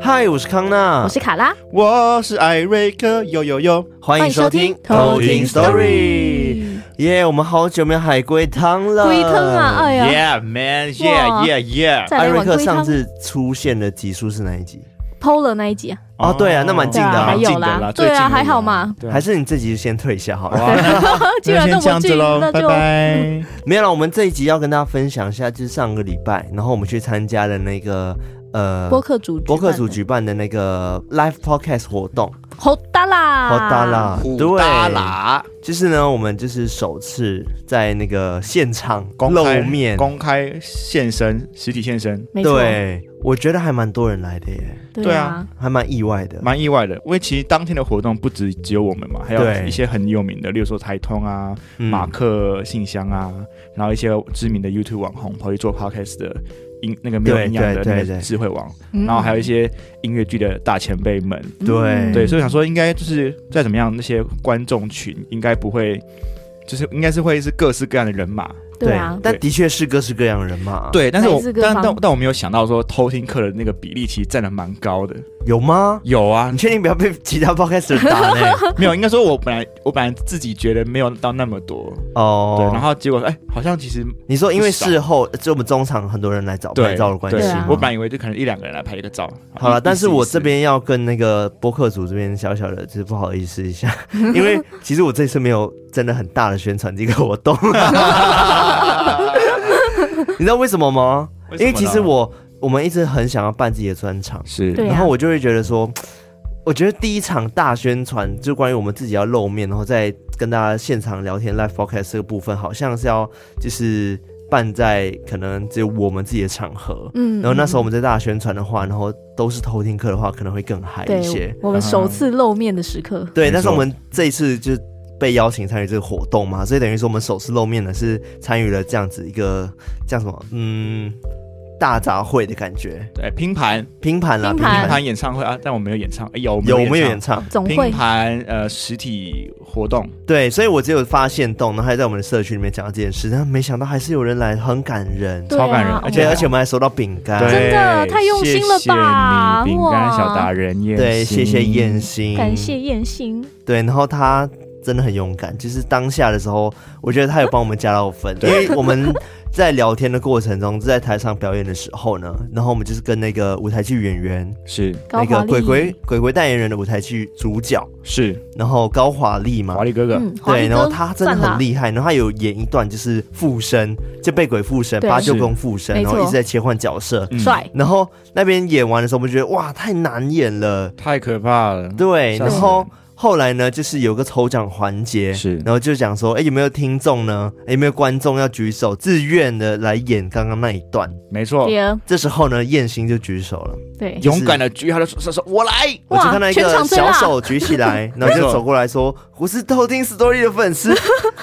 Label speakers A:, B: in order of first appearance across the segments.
A: 嗨，我是康娜，
B: 我是卡拉，
C: 我是艾瑞克，呦呦呦，
A: 欢迎收听
B: 偷听
A: Story。耶我们好久没有海龟汤了，
B: 龟汤啊，！哎呀，
C: ，Yeah man,
B: 哇
C: yeah yeah yeah，
B: 再
A: 艾
B: 来
A: 瑞
B: 碗
A: 克
B: 龟
A: 上
B: 汤，
A: 次出现的集数是哪一集？
B: 偷了那一集啊，
A: 哦，对啊，那蛮近
B: 对
A: 的、
B: 啊，还
C: 蛮近
B: 有
C: 的啦
B: 啦，
C: 最
B: 对
C: 近
B: 啊，
C: 的
B: 还好
C: 啦
B: 嘛，
C: 对啊
A: 还是你这集就先退下好了。
C: 哇，那
B: 居然
C: 先
B: 那
C: 这
B: 么
C: 样子
B: 近，
C: 喽，
B: 那
C: 拜
B: 就嗯
C: 拜。
A: 没有了，我们这一集要跟大家分享一下，就是上个礼拜，然后我们去参加的那个呃
B: 播客组，
A: 播客组举办的那个 live podcast 活动，
B: 好大啦，
A: 好大，啦，
C: 虎
A: 对，
C: 大啦，
A: 就是呢，我们就是首次在那个现场
C: 公
A: 露
C: 开
A: 面，
C: 公开现身，实体现身，
B: 没错，
A: 对，我觉得还蛮多人来的耶，
B: 对
C: 对
B: 啊
C: 啊，
A: 还蛮意外的。
C: 蛮意外的。因为其实当天的活动不止只有我们嘛，还有
A: 对
C: 一些很有名的，例如说台通啊、
A: 嗯
C: 马克信箱啊，然后一些知名的 YouTube 网红跑去做 Podcast 的音那个没有
A: 对
C: 营养的
A: 对
C: 那
A: 对
C: 个
A: 对
C: 智慧王，
B: 嗯
C: 然后还有一些音乐剧的大前辈们，
B: 嗯
A: 对
C: 对，所以我想说，应该就是再怎么样，那些观众群应该不会，就是应该是会是各式各样的人马。
B: 对啊，
A: 但的确是各式各样的人嘛。，
C: 对，但是我
B: 来自各
C: 但
B: 方
C: 但但我没有想到说偷听课的那个比例其实占的蛮高的。
A: 有吗？
C: 有啊
A: 你，确定不要被其他 podcast 打呢？
C: 没有？应该说我本来我本来自己觉得没有到那么多，对，然
A: 哦，
C: 后结果哎，好像其实
A: 你说因为
C: 不少
A: 事后就我们中场很多人来找
C: 对
A: 拍照的关系
C: 对
B: 对啊
A: 吗，
C: 我本来以为就可能一两个人来拍一个照。
A: 好了，但是我这
C: 边。
A: 边要跟那个播客组这边小小的，就是不好意思一下，因 为其实我这次没有真的很大的宣传这个活 动，你知道为什么吗？
C: 为什
A: 因
C: 么
A: 为
C: 呢
A: 其实我我们一直很想要办自己的专场，
C: 是
B: 对啊
A: 然后我就会觉得说，我觉得第一场大宣传就关于我们自己要露面，然后再跟大家现场聊天 live podcast 这个部分，好像是要就是办在可能只有我们自己的场合。
B: 嗯，
A: 然后那时候我们在大宣传的话，然后都是偷听课的话，可能会更嗨一些嗯
B: 对。，我们首次露面的时刻，
A: 对，
C: 没错
A: 但是我们这一次就被邀请参与这个活动嘛，所以等于说我们首次露面呢是参与了这样子一个叫什么，嗯，大杂烩的感觉，
C: 对拼盘
A: 拼盘啦，
B: 拼
A: 拼
B: 盘
C: 拼
A: 盘
C: 盘演唱会啊，但我没有演唱，哎有
A: 有
C: 我
A: 没
C: 们
A: 有演唱？
B: 总
C: 拼
B: 会
C: 盘呃实体活动，
A: 对，所以我只有发现动，然后还在我们的社区里面讲到这件事，但没想到还是有人来，很感人。
B: 对啊
C: 超感人
B: 哦
C: 而
A: 对，
C: 且
A: 而且我们还收到饼干。
C: 对
B: 真的太用心了吧
C: 谢谢你饼干
B: 哇
C: 小达人燕，
A: 对，谢谢燕。心，
B: 感谢。燕心，
A: 对，然后他真的很勇敢，就是当下的时候，我觉得他有帮我们加到分，因为我 们在聊天的过程中，在台上表演的时候呢，然后我们就是跟那个舞台剧演员，
C: 是
B: 高
A: 那
B: 华
A: 个
B: 丽，
A: 鬼鬼鬼鬼代言人的舞台剧主角，
C: 是
A: 然后高华丽嘛
C: 华，丽哥哥，
B: 嗯，华丽
A: 对，
B: 哥
A: 然后他真的
B: 赞啦
A: 很厉害，然后他有演一段就是附身，就被鬼附身，
B: 对
A: 八九宫附身，
B: 没
A: 然
B: 错
A: 后一直在切换角色。
C: 嗯
B: 帅，
A: 然后那边演完的时候，我们觉得哇，太难演了，
C: 太可怕了，
A: 对。
C: 吓
A: 然
C: 死人
A: 后后来呢，就是有个抽奖环节，
C: 是
A: 然后就讲说，哎，有没有听众呢？诶有没有观众要举手自愿的来演刚刚那一段？
C: 没错，
B: 爹，
A: 这时候呢，燕心就举手了，
B: 对，
C: 勇敢的举他的手，手手我来，
A: 我就看到一
B: 全
A: 个
B: 场最
A: 小
B: 辣
A: 手举起 来，然后
C: 没
A: 就
C: 错
A: 走过来说：“我是偷听 story 的粉丝。”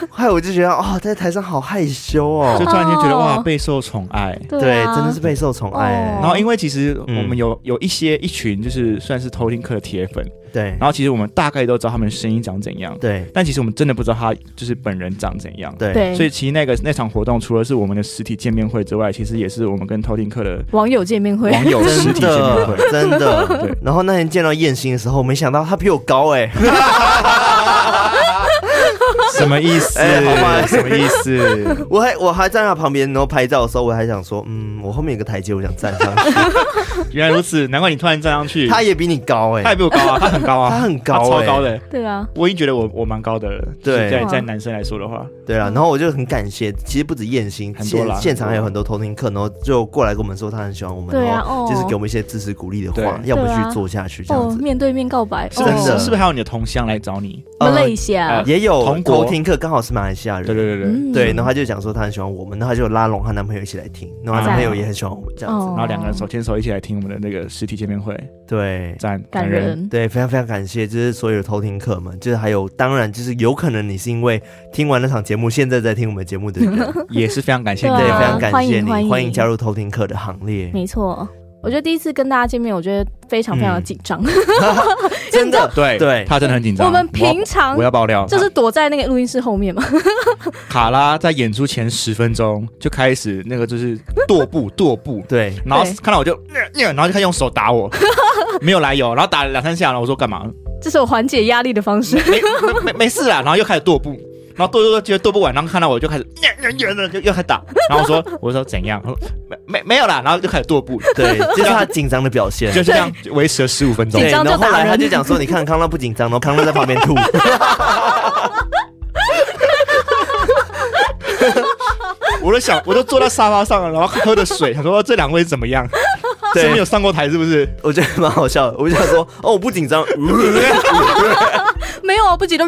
A: 害我就觉得哦，在台上好害羞哦
C: 就，突然间觉得
B: 哦
C: 哇备受宠爱。
A: 对，
B: 啊
A: 真的是备受宠爱欸。
B: 哦
C: 然后，因为其实我
A: 嗯
C: 们有有一些一群就是算是偷听课的铁粉，
A: 对
C: 然后其实我们大概都知道他们声音长怎样，
A: 对
C: 但其实我们真的不知道他就是本人长怎样。
A: 对
B: 对，
C: 所以其实那个那场活动，除了是我们的实体见面会之外，其实也是我们跟偷听课的
B: 网友见面会，
C: 网友实
A: 真
C: 体见面
A: 的
C: 会。
A: 真的
C: 对。
A: 然后那天见到燕心的时候，没想到她比我高哎，
C: 什么意思？
A: 哎好吧
C: 什么意思？
A: 我还我还站在她旁边，然后拍照的时候，我还想说，嗯，我后面有个台阶，我想站上 去。
C: 原来如此，难怪你突然站上去。
A: 她也比你高
C: 他也
A: 哎，
C: 比我高啊，他很高啊，
A: 他很高
C: 他超
A: 欸
C: 高的。
B: 对啊，
C: 我已经觉得我我蛮高的了，
A: 对
C: 就是在
B: 哇
C: 在男生来说的话，
A: 对啊。然后我就很感谢，其实不止燕心，
C: 嗯很多啦
A: 现现场还有很多偷听客，然后就过来跟我们说他很喜欢我们，
B: 对
A: 然
B: 啊，
A: 后
B: 哦，
A: 就是给我们一些支持鼓励的话，
C: 对
A: 要我们
B: 对啊
A: 去做下去这样
B: 哦
A: 子。
B: 面对面告白，
C: 是
A: 真
C: 不
A: 的
C: 是
B: 哦
C: 是不是还有你的同乡来找你？
B: 我们
A: 呃
B: 累一下
C: 呃，
A: 也有
C: 同国
A: 偷听客刚好是马来西亚人，
C: 对对对对，
B: 嗯
A: 对，然后他就讲说他很喜欢我们，然后他就拉拢她男朋友一起来听，然后她男朋
C: 嗯
A: 友也很喜欢我们这样子，
B: 哦
C: 然后两个人手牵手一起来听我们的那个实体见面会，
A: 对。
C: 赞
B: 感
C: 人。
B: 人，
A: 对，非常非常感谢，就是所有的偷听客们，就是还有，当然就是有可能你是因为听完那场节目，现在在听我们节目 的人，
C: 也是非常感谢你，哦
B: 对
A: 对，
B: 啊
A: 非常感谢
B: 欢迎嗯
A: 你，
B: 欢迎
A: 欢迎加入偷听客的行列。
B: 没错。我觉得第一次跟大家见面，我觉得非常非常的紧张。
A: 真的
C: 对
A: 对
C: 他真的很紧张。
B: 我们
C: 要
B: 平常
C: 我要爆料，
B: 就是躲在那个录音室后面嘛，
C: 卡拉在演出前十分钟就开始那个就是跺步跺步，
A: 对，
C: 然后
B: 对
C: 看到我就，呃呃然后就开始用手 打我，没有来由，然后打了两三下，然后我说干嘛？
B: 这是我缓解压力的方式。
C: 没没没没事啦，然后又开始跺步，然后跺跺跺，觉得跺不完，然后看到我就开始，呃呃呃就又开始打，然后我说我说怎样？他说没没没有啦，然后就开始跺步，
A: 对，这是他紧张的表现。
C: 就是这样维持了十五分钟
A: 对，
B: 紧，张
A: 然
B: 就
A: 后后
B: 打
A: 来
B: 人
A: 他就讲说，你看康乐不紧张，然后康乐在旁边吐。
C: 我都想我都坐在沙发上了，然后喝着水，想说哦这两位怎么样？是没
A: 对
C: 有，上过台是 不是？
A: 我觉得蛮好笑的。我就想说，哦，我不紧张，
B: 没有啊，不急都。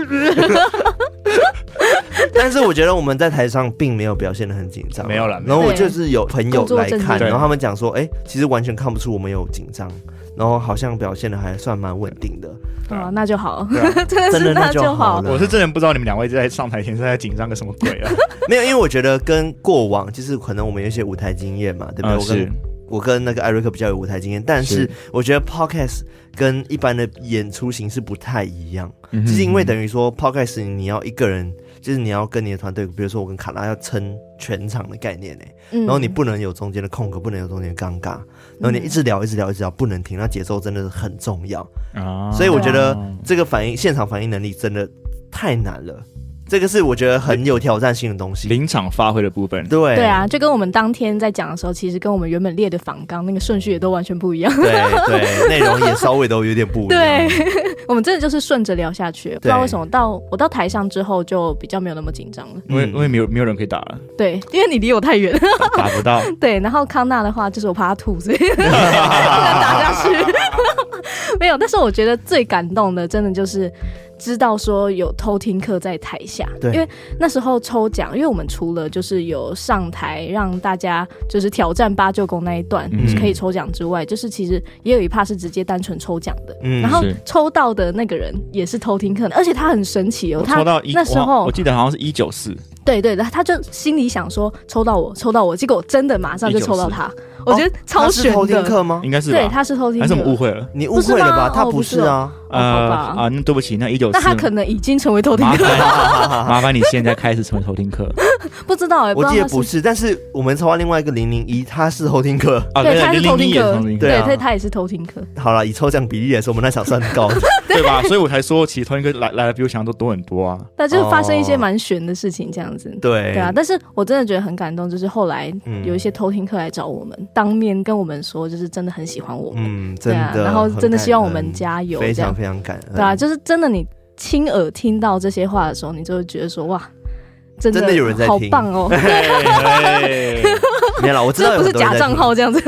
A: 但是我觉得我们在台上并没有表现的很紧张，
C: 没有啦没
A: 然
C: 有
A: 后我就是有朋友来
B: 工作
A: 看，
B: 证
C: 据
A: 然后他们讲说，哎、其实完全看不出我们有紧张，然后好像表现的还算蛮稳定的。
B: 啊，那就好，
C: 对啊
B: 真
A: 真
B: 的
A: 的
B: 是
A: 那
B: 那
A: 就
B: 就
A: 好
B: 好。
A: 了
C: 我是真的不知道你们两位在上台前是在紧张个什么鬼 啊！
A: 没有，因为我觉得跟过往就是可能我们有一些舞台经验嘛，对不对？
C: 嗯
A: 我跟
C: 是
A: 我跟那个艾瑞克比较有舞台经验，但是
C: 是
A: 我觉得 podcast 跟一般的演出形式不太一样，
C: 嗯哼
A: 就是因为等于说 podcast 你要一个人，就是你要跟你的团队，比如说我跟卡拉要撑全场的概念呢、欸
B: 嗯
A: 然后你不能有中间的空格，不能有中间的尴尬，然后你一直聊，一直聊，一直聊，不能停，那节奏真的是很重要。
C: 啊
A: 所以我觉得
C: 哦
A: 这个反应现场反应能力真的太难了，这个是我觉得很有挑战性的东西。
C: 临场发挥的部分，
A: 对
B: 对，啊，就跟我们当天在讲的时候，其实跟我们原本列的访纲那个顺序也都完全不一样。
A: 对对，内容也稍微都有点不一样。
B: 对，我们真的就是顺着聊下去，不知道为什么到我到台上之后就比较没有那么紧张了。
C: 因为
A: 嗯
C: 因为没有没有人可以打了，
B: 对，因为你离我太远。
C: 打打不到。
B: 对，然后康纳的话就是我怕他吐，所以 不敢打下去。 没有，但是我觉得最感动的，真的就是知道说有偷听课在台下，
A: 对
B: 因为那时候抽奖，因为我们除了就是有上台让大家就是挑战八九宫那一段、
C: 嗯
B: 可以抽奖之外，就是其实也有一趴是直接单纯抽奖的。
A: 嗯
B: 然后
C: 是
B: 抽到的那个人也是偷听课的，而且他很神奇哦，
C: 我
B: 他
C: 抽到一，
B: 那时
C: 我好
B: 候
C: 我记得好像是一九四，
B: 对对的，他就心里想说抽到我，抽到我，结果真的马上就抽到他，我觉得超
A: 他是
B: 悬
A: 偷听
B: 的。
A: 课吗？
C: 应该是
B: 对，
C: 吧？
B: 他是偷听
C: 还是我们误
B: 课，
C: 会了？
A: 你误会了吧？
B: 不是吗
A: 他
B: 哦
A: 不是啊，
B: 哦好吧
C: 啊，那对不起，那一九四，
B: 那他可能已经成为偷听
C: 麻
B: 课，
C: 烦 麻烦你现在开始成为偷 听客
B: 不知道哎，
A: 我
B: 知道
A: 记得
B: 他
A: 不
B: 是，
A: 是，但是我们抽到另外一个零零一，他是偷听课。
C: 啊，
B: 对他
C: 对，
B: 是
C: 零
B: 偷
C: 零
B: 听
C: 一也
B: 客
C: 是偷听客，
A: 对啊
B: 对，所以他也是偷听课，
A: 好了，以抽奖比例来说，我们那场算高 的。
C: 对吧？所以我才说，其实偷听客来来的比我想象都多很多啊。
B: 但就是发生一些蛮悬的事情这样子。
A: 对
B: 对啊，，但是我真的觉得很感动，就是后来
A: 嗯
B: 有一些偷听客来找我们，当面跟我们说，就是真的很喜欢我们，
A: 嗯，真
B: 对啊，
A: 的，
B: 然后真的希望我
A: 很
B: 们
A: 感
B: 加油
A: 恩，非
B: 这样
A: 常。非常感恩。
B: 对啊，就是真的，你亲耳听到这些话的时候，你就会觉得说哇，真的
A: 真的有人在听
B: 好棒哦！
C: 嘿嘿
A: 没有啦，我 知道
B: 这
A: 有
B: 不是
A: 很多人
B: 假
A: 在
B: 账
A: 听。哎
B: 号这样子，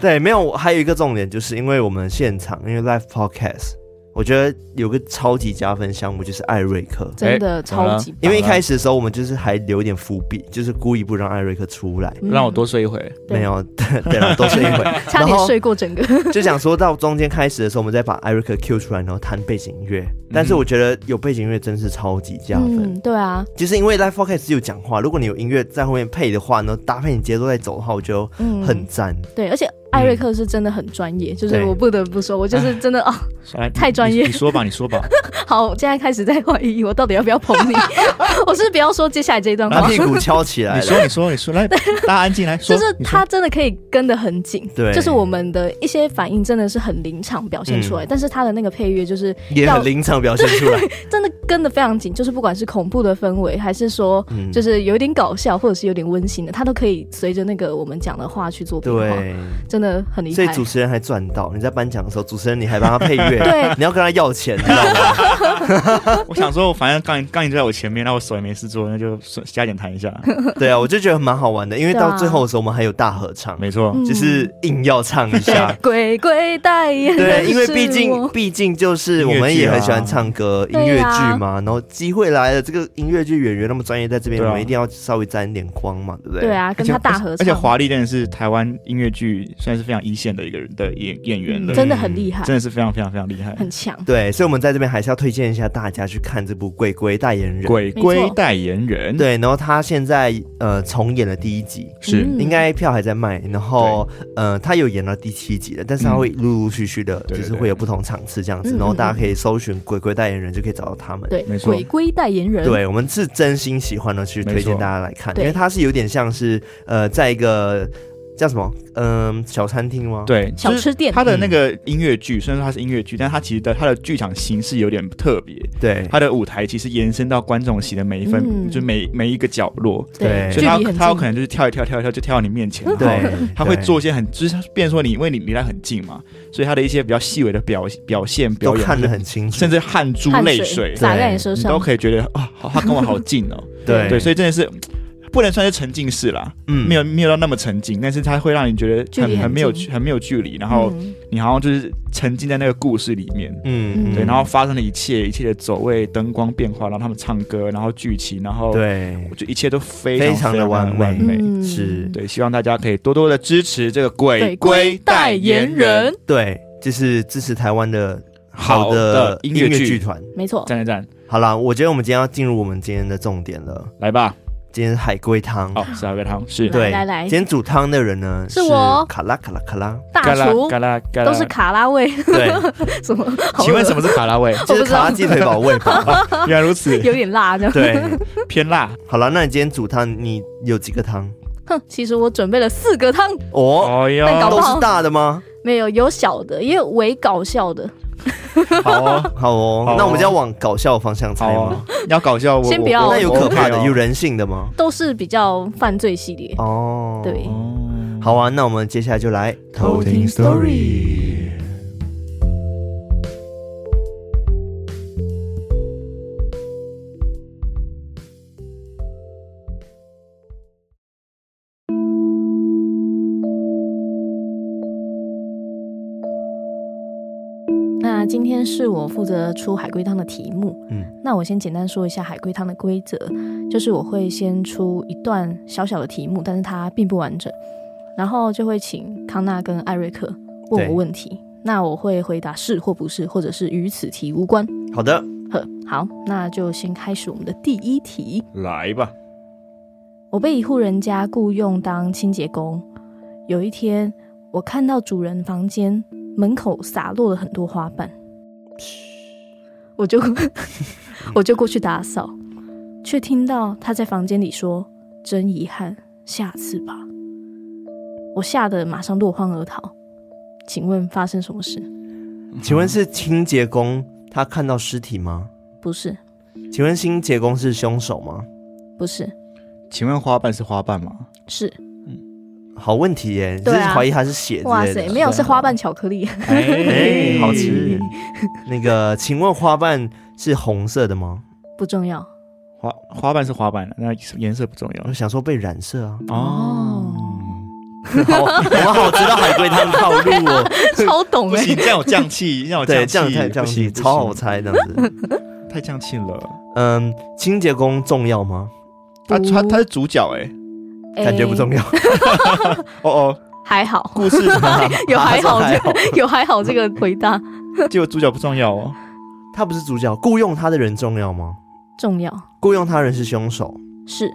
A: 对，没有，我还有一个重点，就是因为我们现场，因为 live podcast，我觉得有个超级加分项目就是艾瑞克。
B: 真的超级棒，
A: 因为一开始的时候，我们就是还留一点伏笔，就是故意不让艾瑞克出来，
B: 嗯
C: 让我多睡一会。
B: 对
A: 没有，对对了，多睡一会，
B: 差点睡过 整个。
A: 就想说到中间开始的时候，我们再把艾瑞克 Q 出来，然后弹背景音乐。但是我觉得有背景音乐真是超级加分，
B: 嗯，对啊，
A: 就是因为 live podcast 只有讲话，如果你有音乐在后面配的话呢，搭配你节奏在走的话，我觉得
B: 嗯，
A: 很赞。
B: 对，而且艾瑞克是真的很专业，就是
A: 对
B: 我不得不说，我
C: 哎
B: 就是真的哦。
C: 来
B: 太
C: 你
B: 专业
C: 你你说吧，你说 吧。
B: 好，我现在开始在怀疑我到底要不要捧 你， 我是不要说接下来这一段
A: 把
B: 话，
A: 屁股敲起来
C: 你
A: 了，
C: 说，你说，你说， 来，大家安静，来说。
B: 就是
C: 啊你说
B: 他真的可以跟得很紧。
A: 对，
B: 就是我们的一些反应真的是很临场表现出来，
A: 嗯
B: 但是他的那个配乐就是
A: 也
B: 要
A: 很临场表现出 来，
B: 真的跟得非常紧，就是不管是恐怖的氛围，还是说
A: 嗯
B: 就是有一点搞笑，或者是有点温馨的，它都可以随着那个我们讲的话去做变化，
A: 对。
B: 真的很厉
A: 所以
B: 害
A: 主。持人还赚到，你在颁奖的时候，主持人你还帮他配乐，
B: 对
A: 你要跟他要钱，你知道吗？
C: 我想说，反正杠杠铃就在我前面，那我手也没事做，那就顺加减弹 一下。
A: 对啊，我就觉得蛮好玩的，因为
B: 对啊
A: 到最后的时候我们还有大合唱，
C: 没错，
B: 嗯
A: 就是硬要唱一下
B: 对，，鬼鬼代 言
A: 对，
B: 人
A: 因为
B: 是
A: 毕竟
B: 我
A: 毕竟就是
C: 啊
A: 我们也很喜欢唱歌
B: 音
A: 音
B: 乐剧啊
A: 乐剧嘛，然后机会来了，这个音乐剧演员那么专业，在这边
C: 对啊
A: 我们一定要稍微沾一点光嘛，对不对？
B: 对，啊，跟他大合
C: 而且
B: 唱，
C: 华丽真的是台湾音乐剧算是非常一线的一个人的演演员了，
B: 嗯
C: 嗯
B: 真的很厉害，
C: 真的是非常非常非常厉害。
B: 很强。
A: 对，所以我们在这边还是要推荐一下大家去看这部《鬼鬼代言人》。
C: 鬼
B: 没
C: 龟
B: 错
C: 代言人，，
A: 对，然后他现在呃重演了第一集，
C: 是
B: 嗯
A: 应该票还在卖，然后呃他有演到第七集了，但是他
C: 嗯
A: 会陆陆续续的，
C: 对
A: 就
C: 对
A: 是会有不同场次这样子，
B: 嗯
A: 然后
B: 嗯
A: 大家可以搜寻“鬼鬼代言人”就可以找到他们。
B: 对
C: 没，错
B: 鬼龟代言人，
A: 对，我们是真心喜欢的，去推
C: 没
A: 荐
C: 错
A: 大家来看，
B: 对
A: 因为它是有点像是呃，在一个叫什么，嗯、小餐厅吗？，
C: 对，
B: 小
C: 就是
B: 吃店
C: 它的那个音乐剧，虽然说它是音乐剧，但它其实的它的剧场形式有点特别，
A: 对，
C: 它的舞台其实延伸到观众席的每一分，
B: 嗯
C: 就每每一个角落，
A: 对
C: 所
B: 距
C: 以它
B: 离很
C: 它有
B: 近
C: 可，能就是跳一跳跳一跳就跳到你面前，然后
A: 对，
C: 他会
A: 对
C: 做一些很，就是他变成说你，因为你离他很近嘛，所以他的一些比较细微的表表现、
A: 都
C: 表演，
A: 看得很清楚，
C: 甚至汗珠、
B: 汗
C: 泪水，
B: 洒在你
A: 对
B: 身
C: 你
B: 上
C: 都，可以觉得啊，好，他跟我好近哦。
A: 对
C: 对，所以真的是不能算是沉浸式啦，
A: 嗯
C: 没有没有到那么沉浸，但是他会让你觉
B: 距
C: 得
B: 离很
C: 很很没有
B: 近
C: 距很没有距离，然后
B: 嗯
C: 你好像就是沉浸在那个故事里面。
A: 嗯，
C: 对，
A: 嗯
C: 然后发生了一切，一切的走位、灯光变化，然后他们唱歌，然后剧情，然后，
A: 对
C: 我觉得一切都非
A: 非常
C: 常
A: 的
C: 非
A: 完美
C: 完美。
B: 嗯
A: 是
C: 对，希望大家可以多多的支持这个
B: 鬼龟
C: 鬼龟
B: 代
C: 代
B: 言
C: 言
B: 人
C: 人。，
A: 对，就是支持台湾的好
C: 好的
A: 音
C: 音乐剧
A: 剧团。
B: 没错，
C: 赞赞赞，
A: 好啦，我觉得我们今天要进入我们今天的重点了，
C: 来吧！
A: 今天是海龟汤。
C: 哦，是海龟汤，是
A: 对，
B: 来来来
A: 今天煮汤的人呢
B: 是我
A: 卡拉卡拉卡 拉，
B: 大厨
C: 嘎啦嘎啦，
B: 都是卡拉味，
A: 对，
B: 什么？好
C: 请问
B: 恶
C: 什么是卡 拉味？
A: 就是卡拉鸡腿堡味吧？
C: 原来如此，
B: 有点辣这样。
A: 对，
C: 偏辣
A: 好了，那你今天煮汤，你有几个汤？
B: 哼，其实我准备了四个汤，
A: 哦，
C: 哦
B: 那搞
C: 哟，
B: 不
A: 都
B: 好
A: 是大的吗？
B: 没有有小的，也有伪搞笑的。
C: 好哦，
A: 好哦，
C: 好哦
A: 那我们就要往搞笑的方向猜
C: 好
A: 吗
C: 哦？，你要搞笑，我
B: 先不
C: 我
B: 要
C: 我
A: 那有可怕的，
C: 我
A: 有人性的吗？
B: 都是比较犯罪系列。
A: 哦，
B: 对
C: 哦
A: 好啊，那我们接下来就来
C: 偷听 story
B: 那今天是我负责出海龟汤的题目，
A: 嗯，
B: 那我先简单说一下海龟汤的规则，就是我会先出一段小小的题目，但是它并不完整，然后就会请康纳跟艾瑞克问
A: 对
B: 我问题，那我会回答是或不是，或者是与此题无关。
A: 好的，
B: 呵，好，那就先开始我们的第一题。
C: 来吧，
B: 我被一户人家雇佣当清洁工。有一天，我看到主人房间门口洒落了很多花瓣，我就我就过去打扫，却听到他在房间里说：“真遗憾，下次吧。”我吓得马上落荒而逃。请问发生什么事？
A: 请问是清洁工他看到尸体吗？
B: 不是，
A: 请问清洁工是凶手吗？
B: 不是，
C: 请问花瓣是花瓣吗？
B: 是，
A: 好问题耶，你就
B: 对
A: 是
B: 啊
A: 怀疑他是血之
B: 哇
A: 类
B: 塞，
A: 的。
B: 没有是花瓣巧克力，
A: 哎好吃那个，请问花瓣是红色的吗？
B: 不重要
C: 花花瓣是花瓣，啊那颜色不重
A: 我
C: 要
A: 想说被染色啊。
B: 哦，
A: 好，我们好知道海龟汤套路哦。
B: 超懂
C: 不
B: 哎、
C: 行，这样有瘴气，让 我
A: 对，
C: 瘴
A: 这样太
C: 气，
A: 这样
C: 不行，
A: 超好
C: 不行，
A: 猜这样 子。
C: 太瘴气了。
A: 嗯，清洁工重要吗？
C: 他他
B: 不
C: 他是主角哎，
A: 感觉不重
B: 要，
A: 要。
C: 哦哦，
B: 还好，
C: 故事
B: 有还好
A: 还
B: 哦这
A: 好
B: 有还好这个回答
C: 结果主角不重要哦。
A: 他不是主角，雇佣他的人重要吗？
B: 重要
A: 雇佣他的人是凶手，
B: 是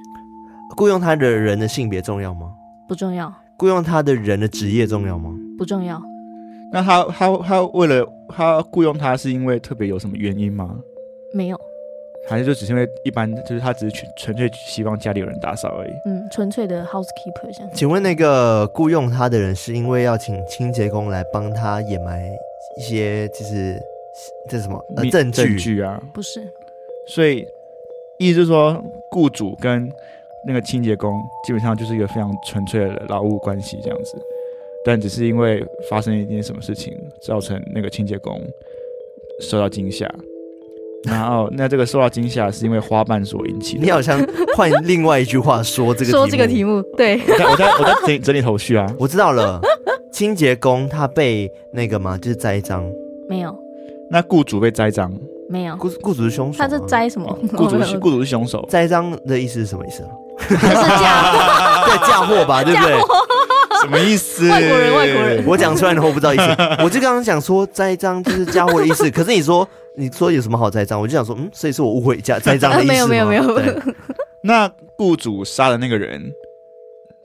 A: 雇佣他的人的性别重要吗？
B: 不重要
A: 雇佣他的人的职业重要吗？
B: 不重要，
C: 那他他他为了他雇佣他是因为特别有什么原因吗？
B: 没有
C: 还是就只是因为一般就是他只是纯纯粹希望家里有人打扫而已？
B: 嗯纯粹的 housekeeper 这样
A: 请问那个雇佣他的人是因为要请清洁工来帮他掩埋一些就是这是什么呃
C: 你
A: 证据？
C: 证据啊，
B: 不是
C: 所以意思就是说，雇主跟那个清洁工基本上就是一个非常纯粹的劳务关系这样子，但只是因为发生一件什么事情，造成那个清洁工受到惊吓，然后那这个受到惊吓是因为花瓣所引起
A: 你
C: 的。
A: 好像换另外一句话说这个
B: 说这个题
A: 目，
B: 目对
C: 我在我在我在整整理头绪啊，
A: 我知道了。 清洁工他被那个嘛，就是栽赃，
B: 没有
C: 那雇主被栽赃，
B: 没有
A: 雇雇主是凶手吗、
B: 他是摘什么
C: 哦雇主是雇主是凶手，
A: 栽赃的意思是什么意思啊？
B: 还是嫁
A: 对，嫁祸吧， 对不对？
C: 什么意思？
B: 外国人外国人
A: 我讲出来你后不知道意思，我就刚刚想说栽赃就是嫁祸的意思，可是你说你说有什么好栽赃？我就想说，嗯，所以是我误会家栽赃的
B: 啊
A: 意思
B: 没有没有
A: 吗
B: 没有
A: 对
C: 那雇主杀的那个人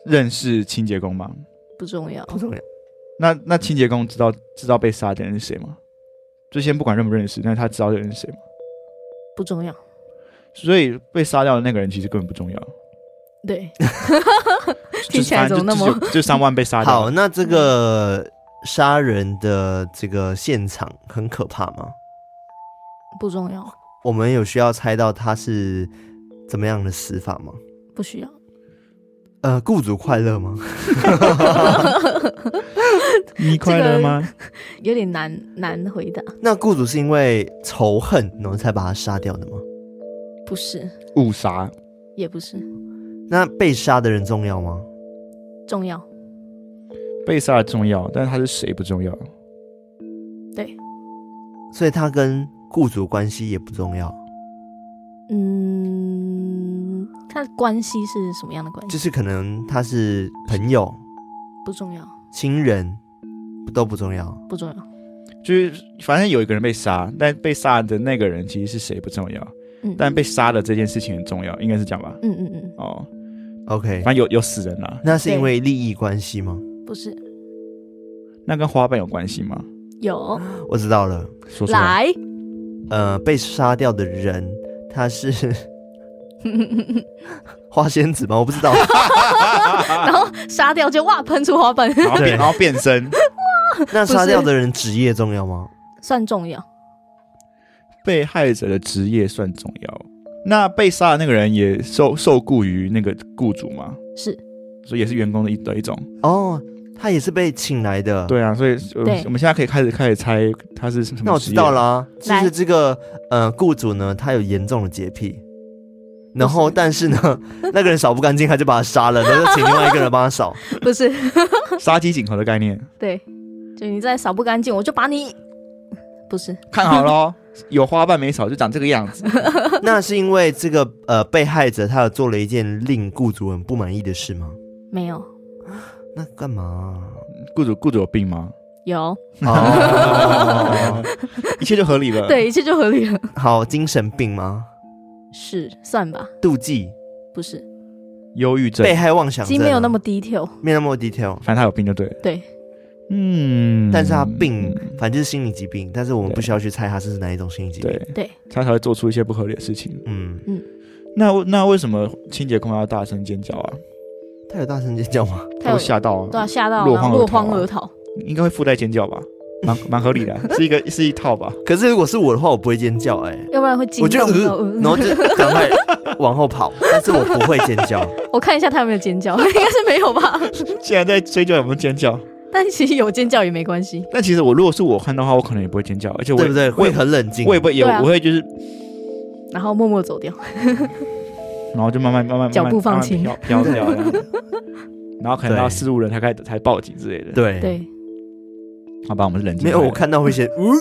C: 认识清洁工吗？
B: 不重要。
A: 不重要。
C: 那那清洁工知道知道被杀的人是谁吗？就先不管认不认识，但是他知道的人是谁吗？
B: 不重要。
C: 所以被杀掉的那个人其实根本 不重要。
B: 对，
C: 就
B: 听
C: 是
B: 起来
C: 反正
B: 怎么那
C: 就就就三万被杀掉
A: 好，
C: 了，
A: 那这个杀人的这个现场很可怕吗？
B: 不重要，
A: 我们有需要猜到他是怎么样的死法吗？
B: 不需要。
A: 呃，雇主快乐吗？
C: 你快乐吗？
B: 有点难难回答，
A: 那雇主是因为仇恨然后才把他杀掉的吗？
B: 不是，
C: 误杀，
B: 也不是
A: 那被杀的人重要吗？
B: 重要，
C: 被杀的重要，但是他是谁不重要。
A: 所以他跟雇主关系也不重要，
B: 嗯，他的关系是什么样的关系？
A: 就是可能他是朋友、
B: 不重要，
A: 亲人都不重要。
B: 不重要。
C: 就是反正有一个人被杀，但被杀的那个人其实是谁不重要，
B: 嗯，
C: 但被杀的这件事情很重要，应该是这样吧？
B: 嗯嗯嗯，
C: 哦，
A: OK，
C: 反正有有死人啦、
A: 那是因为利益关系吗？
B: 不是，
C: 那跟花瓣有关系吗？
B: 有
A: 我知道了，
C: 说出来，
B: 来，
A: 呃，被杀掉的人他是花仙子吗？我不 知道。
B: 然后杀掉就哇喷出花瓣，
C: 然后
A: 对
C: 变然后变身，
A: 那杀掉的人职业重要吗？
B: 算重要，
C: 被害者的职业算重要。那被杀的那个人也受受雇于那个雇主吗？
B: 是
C: 所以也是员工的一的一种。
A: 哦，他也是被请来的。，
C: 对啊，所以我们
B: 对
C: 我们现在可以开始开始猜他是什么。
A: 那我知道啦、。就
B: 来
A: 是这个呃，雇主呢，他有严重的洁癖，然后但是呢， 那个人扫不干净，他就把他杀了，然后就请另外一个人帮他 扫。
B: 不是？
C: 杀鸡儆猴的概念，
B: 对，就你再扫不干净，我就把你，不是，
C: 看好喽，有花瓣没少就长这个样 子。
A: 那是因为这个呃，被害者他有做了一件令雇主很不满意的事吗？
B: 没有，
A: 那干 嘛？
C: 雇主雇主有病吗？
B: 有，
A: 哦，
C: 一切就合理了。，
B: 对，一切就合理了，
A: 好，精神病吗？
B: 是算吧，
A: 妒忌、
B: 不是，
C: 忧郁症
A: 被，害妄想症
B: 其
A: 啊，
B: 实没有那么 detail，
A: 没有那么 detail，
C: 反正他有病就对了。
B: 对，
C: 嗯，
A: 但是他病
C: 嗯，
A: 反正就是心理疾病，但是我们
C: 对
A: 不需要去猜他是哪一种心理疾病。
C: 对
B: 对，
C: 他才会做出一些不合理的事情。
A: 嗯，
C: 那那为什么清洁工要大声尖叫啊？
A: 他有大声尖叫吗？
B: 他
C: 他
B: 有
C: 会吓到啊，
B: 对啊，吓到
C: 落
B: 然后
C: 荒而
B: 落
C: 逃
B: 荒
C: 啊
B: 而逃，
C: 应该会附带尖叫 吧？蛮蛮合理 的啊，是一个是一套吧？
A: 可是如果是我的话，我不会尖叫、哎，
B: 要不然会惊
A: 我就
B: 动到。
A: 呃，然后就赶快往后 跑，但是我不会尖叫。
B: 我看一下他有没有尖叫， 应该是没有吧？
C: 竟然在追究有没有尖 叫？
B: 但其实有尖叫也没关系，
C: 但其实我如果是我看到的话，我可能也不会尖叫，而且我
A: 对
C: 也
A: 不对？
C: 我
A: 会
C: 也
A: 很冷静，
C: 我也不会也
B: 对啊
C: 我会就是，
B: 然后默默走掉。
C: 然后就慢慢慢慢
B: 脚步放
C: 慢慢
B: 轻
C: 飘飘掉这样子，然后可能到
A: 对
C: 四五人才开始才报警之类的。，
A: 对，
B: 对，
C: 好吧，我们是冷静派
A: 没
C: 的。
A: 有我看到会先，呜、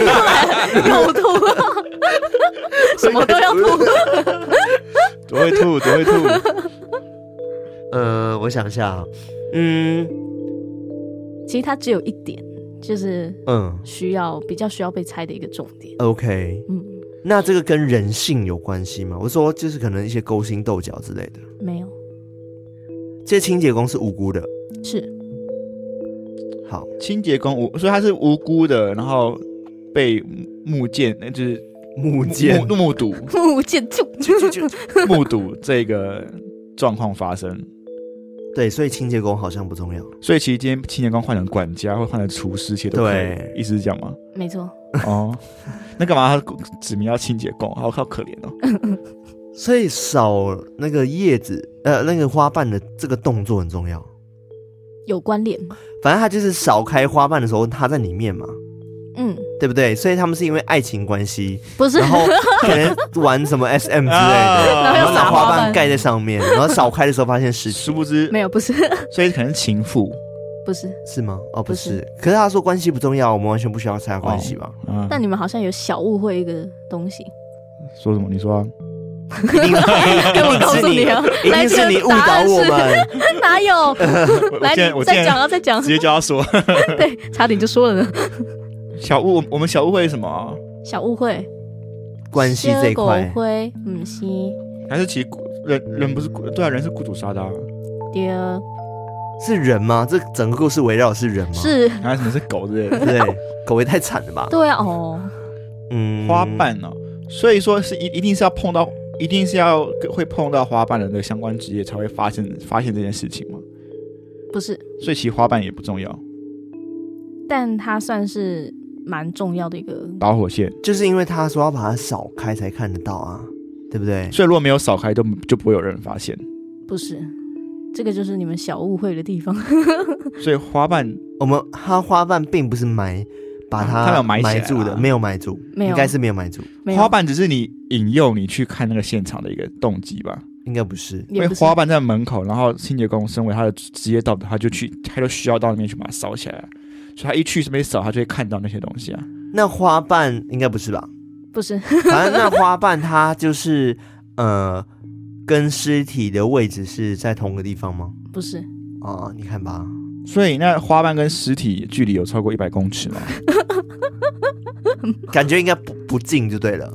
B: 又吐，啊什么都要吐。
C: 多会吐，多会吐。
A: 呃，我想一下啊，嗯
B: 其实它只有一点，就是
A: 嗯
B: 需要比较需要被猜的一个重点。
A: ，OK，
B: 嗯，
A: 那这个跟人性有关系吗？我说就是可能一些勾心斗角之类的。
B: 没有，
A: 这些清洁工是无辜的，
B: 是
A: 好，
C: 清洁工无，所以他是无辜的，然后被目见，那就是
A: 木
C: 目
A: 剑
C: 目目睹
B: 木剑就
C: 目睹这个状况发生。
A: 对，所以清洁工好像不重要。
C: 所以其实今天清洁工换成管家，或换成厨师，其实都可以
A: 对
C: 意思是这样吗？
B: 没错，
C: 哦，那干嘛他指名要清洁工？好好可怜哦。
A: 所以扫那个叶子，呃，那个花瓣的这个动作很重要。
B: 有关联。
A: 反正他就是扫开花瓣的时候，他在里面嘛，
B: 嗯，
A: 对不对？所以他们是因为爱情关系，
B: 不是
A: 然，后可能玩什么 SM 之类
C: 啊
A: 的，
B: 然后
A: 然
B: 又
A: 后
B: 撒
A: 拿
B: 花
A: 花
B: 瓣
A: 瓣盖在上面，然后扫开的时候发现尸体，
C: 殊不知
B: 没，有，不是，
C: 所以可能是情妇
B: 不是。
A: 是吗？哦，不
B: 不是哦
A: 是。可是他说关系不重要，我们完全不需要猜关系吧？
C: 啊。
B: 但你们好像有小误会一个东西，
C: 说什么？你说、啊、
A: 一定
B: 给我告诉你啊，
A: 一
B: 来
A: 定是你
B: 这
A: 误
B: 个答
A: 导
B: 案
A: 我
B: 是
A: 们。
B: 哪有？
C: 我
B: 来，
C: 竟然
B: 你
C: 我竟
B: 再讲
C: 然
B: 啊，再讲
C: 直。接叫他说
B: 对，差点就说了呢。
C: 小误，我们小误会是什么啊？
B: 小误会，
A: 关系这一块
B: 狗，灰，嗯，是
C: 还是其实雇人人不是雇对啊，人是雇主杀的、啊，
B: 对，
A: 是人吗？这整个故事围绕的是人吗？，
B: 是，
C: 还有什么是狗之类的
A: 对，狗也太惨了吧？
B: 对啊，哦，
A: 嗯，
C: 花瓣哦。所以说是一一定是要碰到，一定是要会碰到花瓣人的相关职业才会发现发现这件事情嘛。
B: 不是，
C: 所以其实花瓣也不重要，
B: 但它算是蛮重要的一个，
C: 导火线。
A: 就是因为他说要把它扫开才看得到啊，对不对？
C: 所以如果没有扫开，都就不会有人 发现。
B: 不是，这个就是你们小误会的地方，
C: 所以花瓣
A: 我们它花瓣并不是埋，把
C: 它没
A: 它
C: 有埋起来啊
A: 住的，没有埋住，
B: 没有
A: 应该是没有埋住，
B: 没有
C: 花，瓣只是你引诱你去看那个现场的一个动机吧。
A: 应该不是。
C: 因
B: 也
C: 为
B: 不是
C: 花瓣在门口，然后清洁工身为他的职业道德，他就去，他就需要到那边去把它扫起来。啊所以他一去那边扫，他就会看到那些东西啊。
A: 那花瓣应该不是吧？
B: 不是，
A: 反正那花瓣它就是呃，跟尸体的位置是在同个地方吗？
B: 不是，
A: 哦，你看吧，
C: 所以那花瓣跟尸体距离有超过一百公 尺吗？
A: 感觉应该不不近就对了，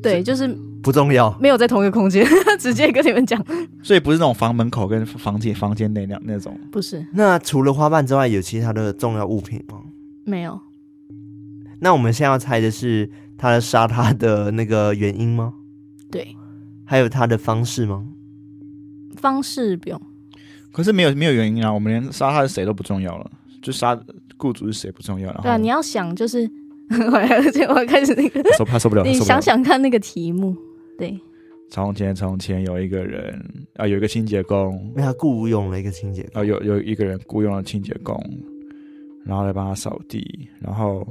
B: 对，就是
A: 不重要。
B: 没有在同一个空间， 直接跟你们讲，
C: 所以不是那种房门口跟房间房间内那那种。
B: 不是，
A: 那除了花瓣之外，有其他的重要物品吗？
B: 没有，
A: 那我们现在要猜的是他杀他的那个原因吗？
B: 对，
A: 还有他的方式吗？
B: 方式不用，
C: 可是没有没有原因啊，我们连杀他是谁都不重要了，就杀雇主是谁不重要。然后
B: 对啊，你要想就是， 而且我开始那个，
C: 受他受不了，他
B: 你
C: 受不了
B: 想想看那个题目，对，
C: 从前从前有一个人啊，有一个清洁工
A: 因为他雇佣了一个清洁工，
C: 啊，有有一个人雇佣了清洁工，然后来帮他扫地，然后